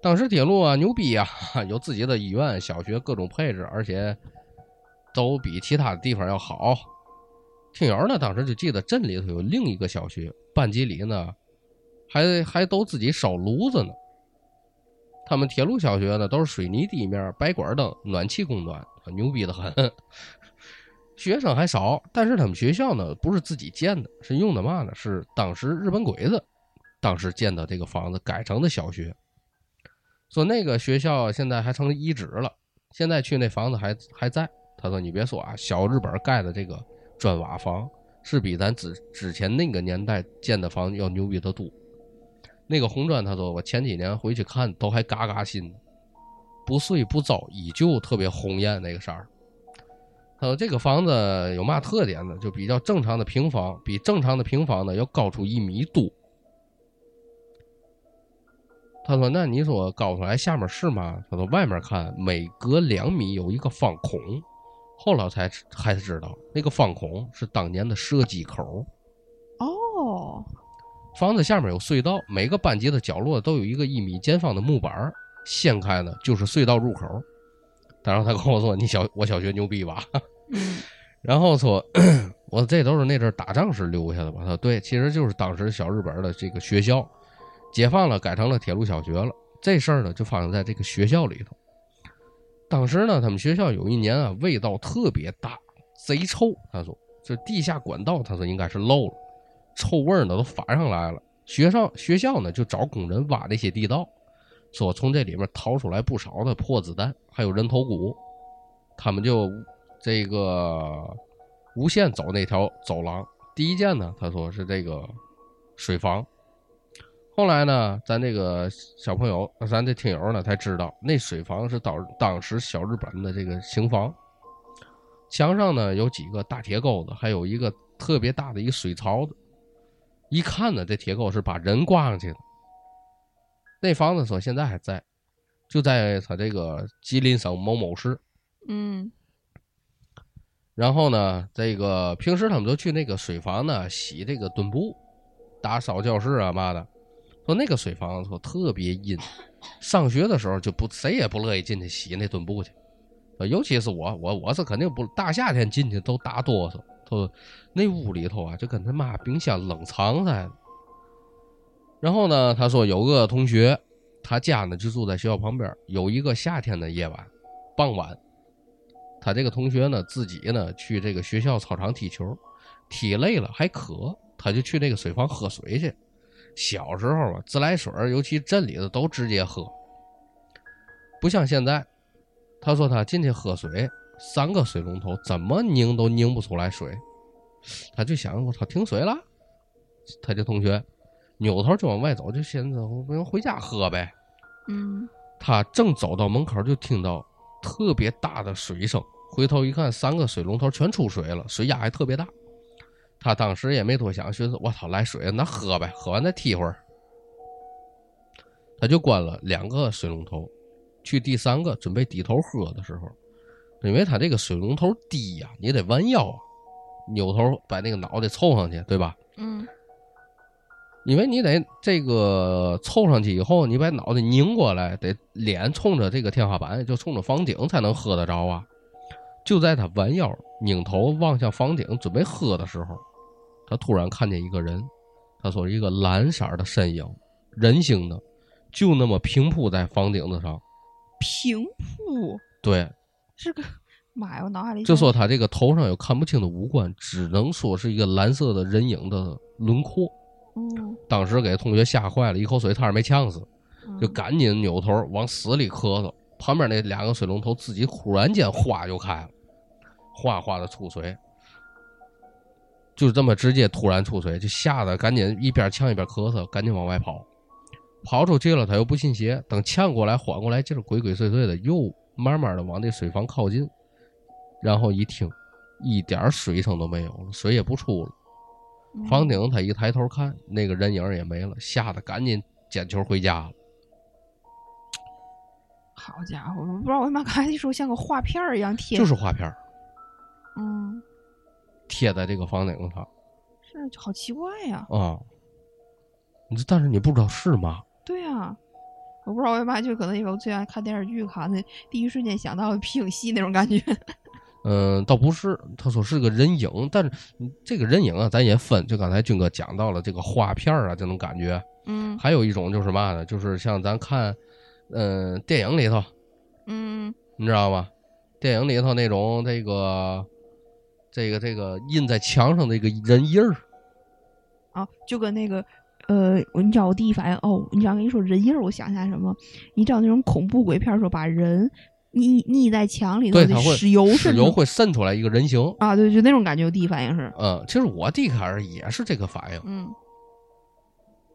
当时铁路啊牛逼呀、 有自己的医院、小学各种配置，而且都比其他地方要好。听友呢，当时就记得镇里头有另一个小学，班级里呢还还都自己烧炉子呢。他们铁路小学呢都是水泥地面、白管灯、暖气供暖，啊牛逼的很。 学生还少，但是他们学校呢不是自己建的，是用的嘛呢？是当时日本鬼子当时建的这个房子改成的小学。说那个学校现在还成遗址了，现在去那房子还还在。他说：“你别说啊，小日本盖的这个砖瓦房是比咱之之前那个年代建的房要牛逼得多。那个红砖，他说我前几年回去看都还嘎嘎新，不碎不糟，依旧特别红艳那个色儿。他说这个房子有嘛特点呢？就比较正常的平房，比正常的平房呢要高出一米多。他说：“那你说高出来下面是嘛？”他说：“外面看每隔两米有一个方孔，后来我才知还知道，那个方孔是当年的设计口。
哦，
房子下面有隧道，每个班级的角落都有一个一米见方的木板儿，掀开呢就是隧道入口。当时他跟我说：“你小我小学牛逼吧？”
嗯
然后说，我这都是那阵儿打仗时留下的吧？他说对，其实就是当时小日本的这个学校解放了，改成了铁路小学了。这事儿呢，就发生在这个学校里头。当时呢，他们学校有一年啊，味道特别大，贼臭。他说，这地下管道，他说应该是漏了，臭味儿呢都反上来了。学校学校呢就找工人挖那些地道，说从这里面掏出来不少的破子弹，还有人头骨。他们就这个无限走那条走廊。第一件呢，他说是这个水房。后来呢，咱这个小朋友，咱这听友呢才知道，那水房是当当时小日本的这个刑房，墙上呢有几个大铁钩子，还有一个特别大的一个水槽子。一看呢，这铁钩是把人挂上去的。那房子说现在还在，就在他这个吉林省某某市。
嗯，
然后呢，这个平时他们都去那个水房呢洗这个墩布，打扫教室啊嘛的。说那个水房说特别阴，上学的时候就不谁也不乐意进去洗那墩布去，呃尤其是我，我我是肯定不大夏天进去都打哆嗦。他说那屋里头啊就跟他妈冰箱冷藏似的。然后呢，他说有个同学，他家呢就住在学校旁边儿，有一个夏天的夜晚，傍晚他这个同学呢，自己呢去这个学校操场踢球，踢累了还渴，他就去那个水房喝水去。小时候啊，自来水儿，尤其镇里的都直接喝，不像现在。他说他进去喝水，三个水龙头怎么拧都拧不出来水，他就想我操停水了。他这同学扭头就往外走，就寻思我不行回家喝呗。
嗯，
他正走到门口，就听到特别大的水声。回头一看，三个水龙头全出水了，水压还特别大。他当时也没多想，寻思我操，来水了啊那喝呗，喝完再踢会儿。他就关了两个水龙头，去第三个准备低头喝的时候，因为他这个水龙头低呀、你得弯腰啊，扭头把那个脑袋凑上去，对吧？
嗯，
因为你得这个凑上去以后，你把脑袋拧过来，得脸冲着这个天花板，就冲着房顶才能喝得着啊。就在他弯腰拧头望向房顶准备喝的时候，他突然看见一个人，他说一个蓝色的身影，人形的，就那么平铺在房顶子上。
平铺
对，
是个，妈呀，我脑海里
就
现在
说他这个头上有看不清的五官，只能说是一个蓝色的人影的轮廓。
嗯，
当时给同学吓坏了，一口水差点没呛死。
嗯
就赶紧扭头往死里咳嗽。旁边那两个水龙头自己忽然间哗就开了，哗哗的出水，就这么直接突然出水，就吓得赶紧一边呛一边咳嗽，赶紧往外跑。跑出去了，他又不信邪，等呛过来缓过来劲儿，鬼鬼祟祟的又慢慢的往那水房靠近，然后一听，一点儿水声都没有了，水也不出了。
嗯
房顶他一抬头看，那个人影儿也没了，吓得赶紧捡球回家了。
好家伙，我不知道我为嘛刚才一说像个画片儿一样贴，
就是画片儿
嗯，
贴在这个房顶上
是就好奇怪呀、
啊。你这但是你不知道是吗？
对呀、我不知道我为嘛就可能因为我最爱看电视剧，看的第一瞬间想到皮影戏那种感觉，
嗯，倒不是，他说是个人影，但是你这个人影啊，咱也分。就刚才俊哥讲到了这个画片儿啊，这种感觉，
嗯
还有一种就是嘛呢，就是像咱看，嗯、电影里头，
嗯
你知道吗？电影里头那种这个，这个这个印在墙上的一个人印儿，
啊，就跟那个。呃，我你知道我第一反应哦，你知道跟你说人印儿，我想起来什么？你知道那种恐怖鬼片儿说把人腻腻在墙里头，
对，
得
它会
石油
石
渗
油
出
会渗出来一个人形。
啊，对，就那种感觉。我第一反应是，
嗯，其实我第一开始也是这个反应，
嗯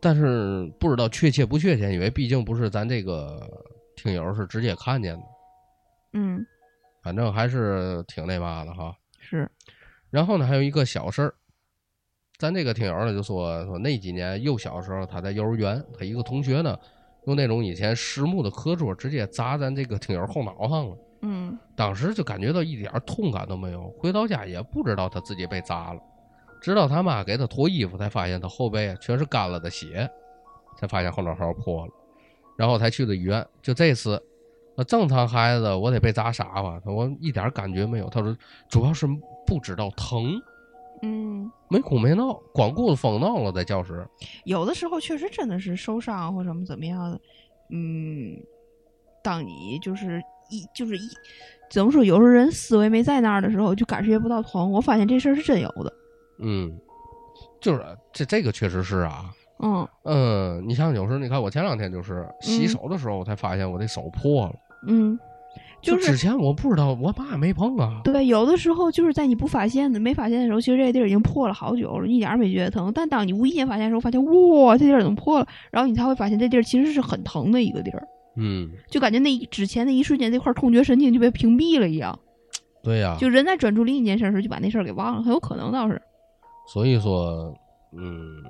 但是不知道确切不确切，因为毕竟不是咱这个听友是直接看见的，
嗯，
反正还是挺那嘛的哈。
是，
然后呢，还有一个小事儿，咱这个听友呢就说说那几年幼小时候，他在幼儿园，他一个同学呢用那种以前实木的课桌直接砸咱这个听友后脑上了，
嗯
当时就感觉到一点儿痛感都没有。回到家也不知道他自己被砸了，直到他妈给他脱衣服，才发现他后背啊全是干了的血，才发现后脑勺破了，然后才去的医院。就这次，那正常孩子我得被砸傻吧？我一点儿感觉没有。他说主要是不知道疼，
嗯，
没哭没闹，光顾着疯闹了在教室。
有的时候确实真的是受伤或什么怎么样的，嗯，当你就是一就是一怎么说，有时候人思维没在那儿的时候，就感觉不到疼。我发现这事儿是真有的，
嗯，就是这这个确实是啊。
嗯
嗯，你像有时候你看我前两天就是洗
嗯
手的时候，我才发现我这手破了。
嗯，就
之
是
前我不知道，我妈也没碰啊。
对，有的时候就是在你不发现的没发现的时候，其实这地儿已经破了好久了，你一点儿没觉得疼。但当你无意间发现的时候，发现哇，这地儿怎么破了？然后你才会发现这地儿其实是很疼的一个地儿，
嗯，
就感觉那一之前那一瞬间，这块儿痛觉神经就被屏蔽了一样。
对呀、
就人在专注另一件事儿时，就把那事儿给忘了，很有可能倒是。
所以说，嗯，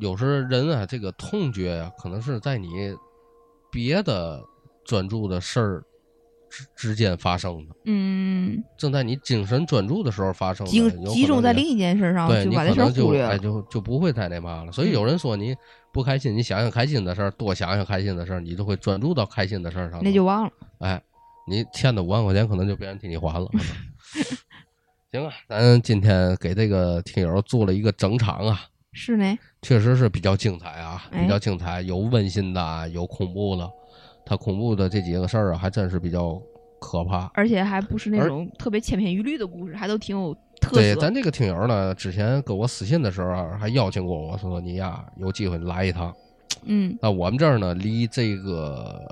有时候人啊，这个痛觉呀、可能是在你别的专注的事儿之之间发生的，
嗯，
正在你精神专注的时候发生的，
集
有可能
集中在
你
另一件事上，
对
就
你
把
可
那事儿
能就
忽略
哎
了。
就就不会再那嘛了。所以有人说你不开心，你想想开心的事儿，多想想开心的事儿，你就会专注到开心的事儿上了。
那就忘了。
哎，你欠的五万块钱可能就别人替你还了。可能 行啊，咱今天给这个听友做了一个整场啊，
是呢，
确实是比较精彩啊，
哎
比较精彩，有温馨的啊，有恐怖的。他恐怖的这几个事儿啊，还真是比较可怕。
而且还不是那
而
种特别千篇一律的故事，还都挺有特
对，
色。
咱这个听友呢，之前给我私信的时候啊还邀请过我说你呀，有机会你来一趟。
嗯，
那我们这儿呢，离这个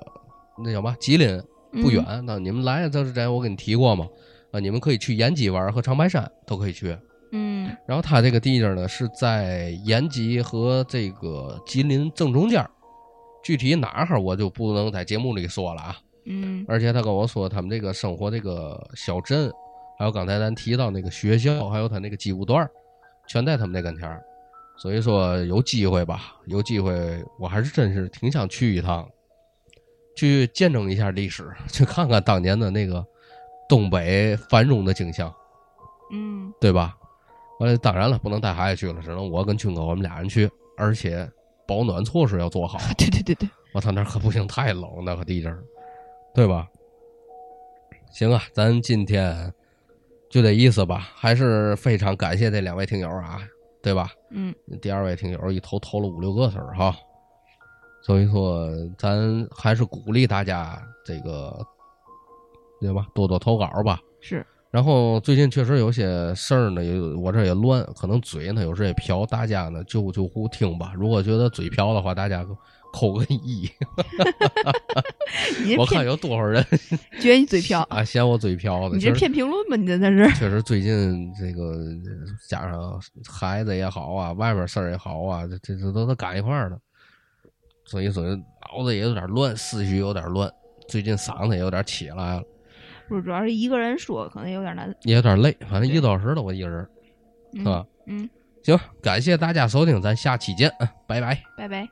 那叫嘛吉林不
嗯
远。那你们来这之前我给你提过嘛，啊，你们可以去延吉玩儿和长白山都可以去。
嗯
然后它这个地界儿呢是在延吉和这个吉林正中间儿，具体哪儿我就不能在节目里说了啊。
嗯
而且他跟我说，他们这个生活这个小镇，还有刚才咱提到那个学校，还有他那个机务段儿，全在他们那跟前儿。所以说有机会吧，有机会，我还是真是挺想去一趟，去见证一下历史，去看看当年的那个东北繁荣的景象，
嗯，
对吧？完了，当然了，不能带孩子去了，只能我跟军哥我们俩人去，而且保暖措施要做好。
对对对对，
我操，那儿可不行，太冷，那个地震儿，对吧？行啊，咱今天就这意思吧，还是非常感谢这两位听友啊，对吧？
嗯，
第二位听友一投投了五六个事儿哈，所以说咱还是鼓励大家这个，对吧？多多投稿吧。
是
然后最近确实有些事儿呢，也我这儿也乱，可能嘴呢有时候也瓢，大家呢就就互听吧。如果觉得嘴瓢的话，大家扣个 一。
你这
我看
骗，
有多少人
觉得你嘴瓢，
啊嫌我嘴瓢的，
你这
确实
骗评论吧，你这在这是。
确实最近这个呃加上孩子也好啊，外面事儿也好啊，这这这都都赶一块儿了，所以所以脑子也有点乱，思绪有点乱，最近嗓子也有点起来了，
不是，主要是一个人说，可能有点难。
也有点累，反正一个
对
多小时了，我一个人儿
嗯
是吧？
嗯，
行，感谢大家收听，咱下期见，啊拜拜。
拜拜。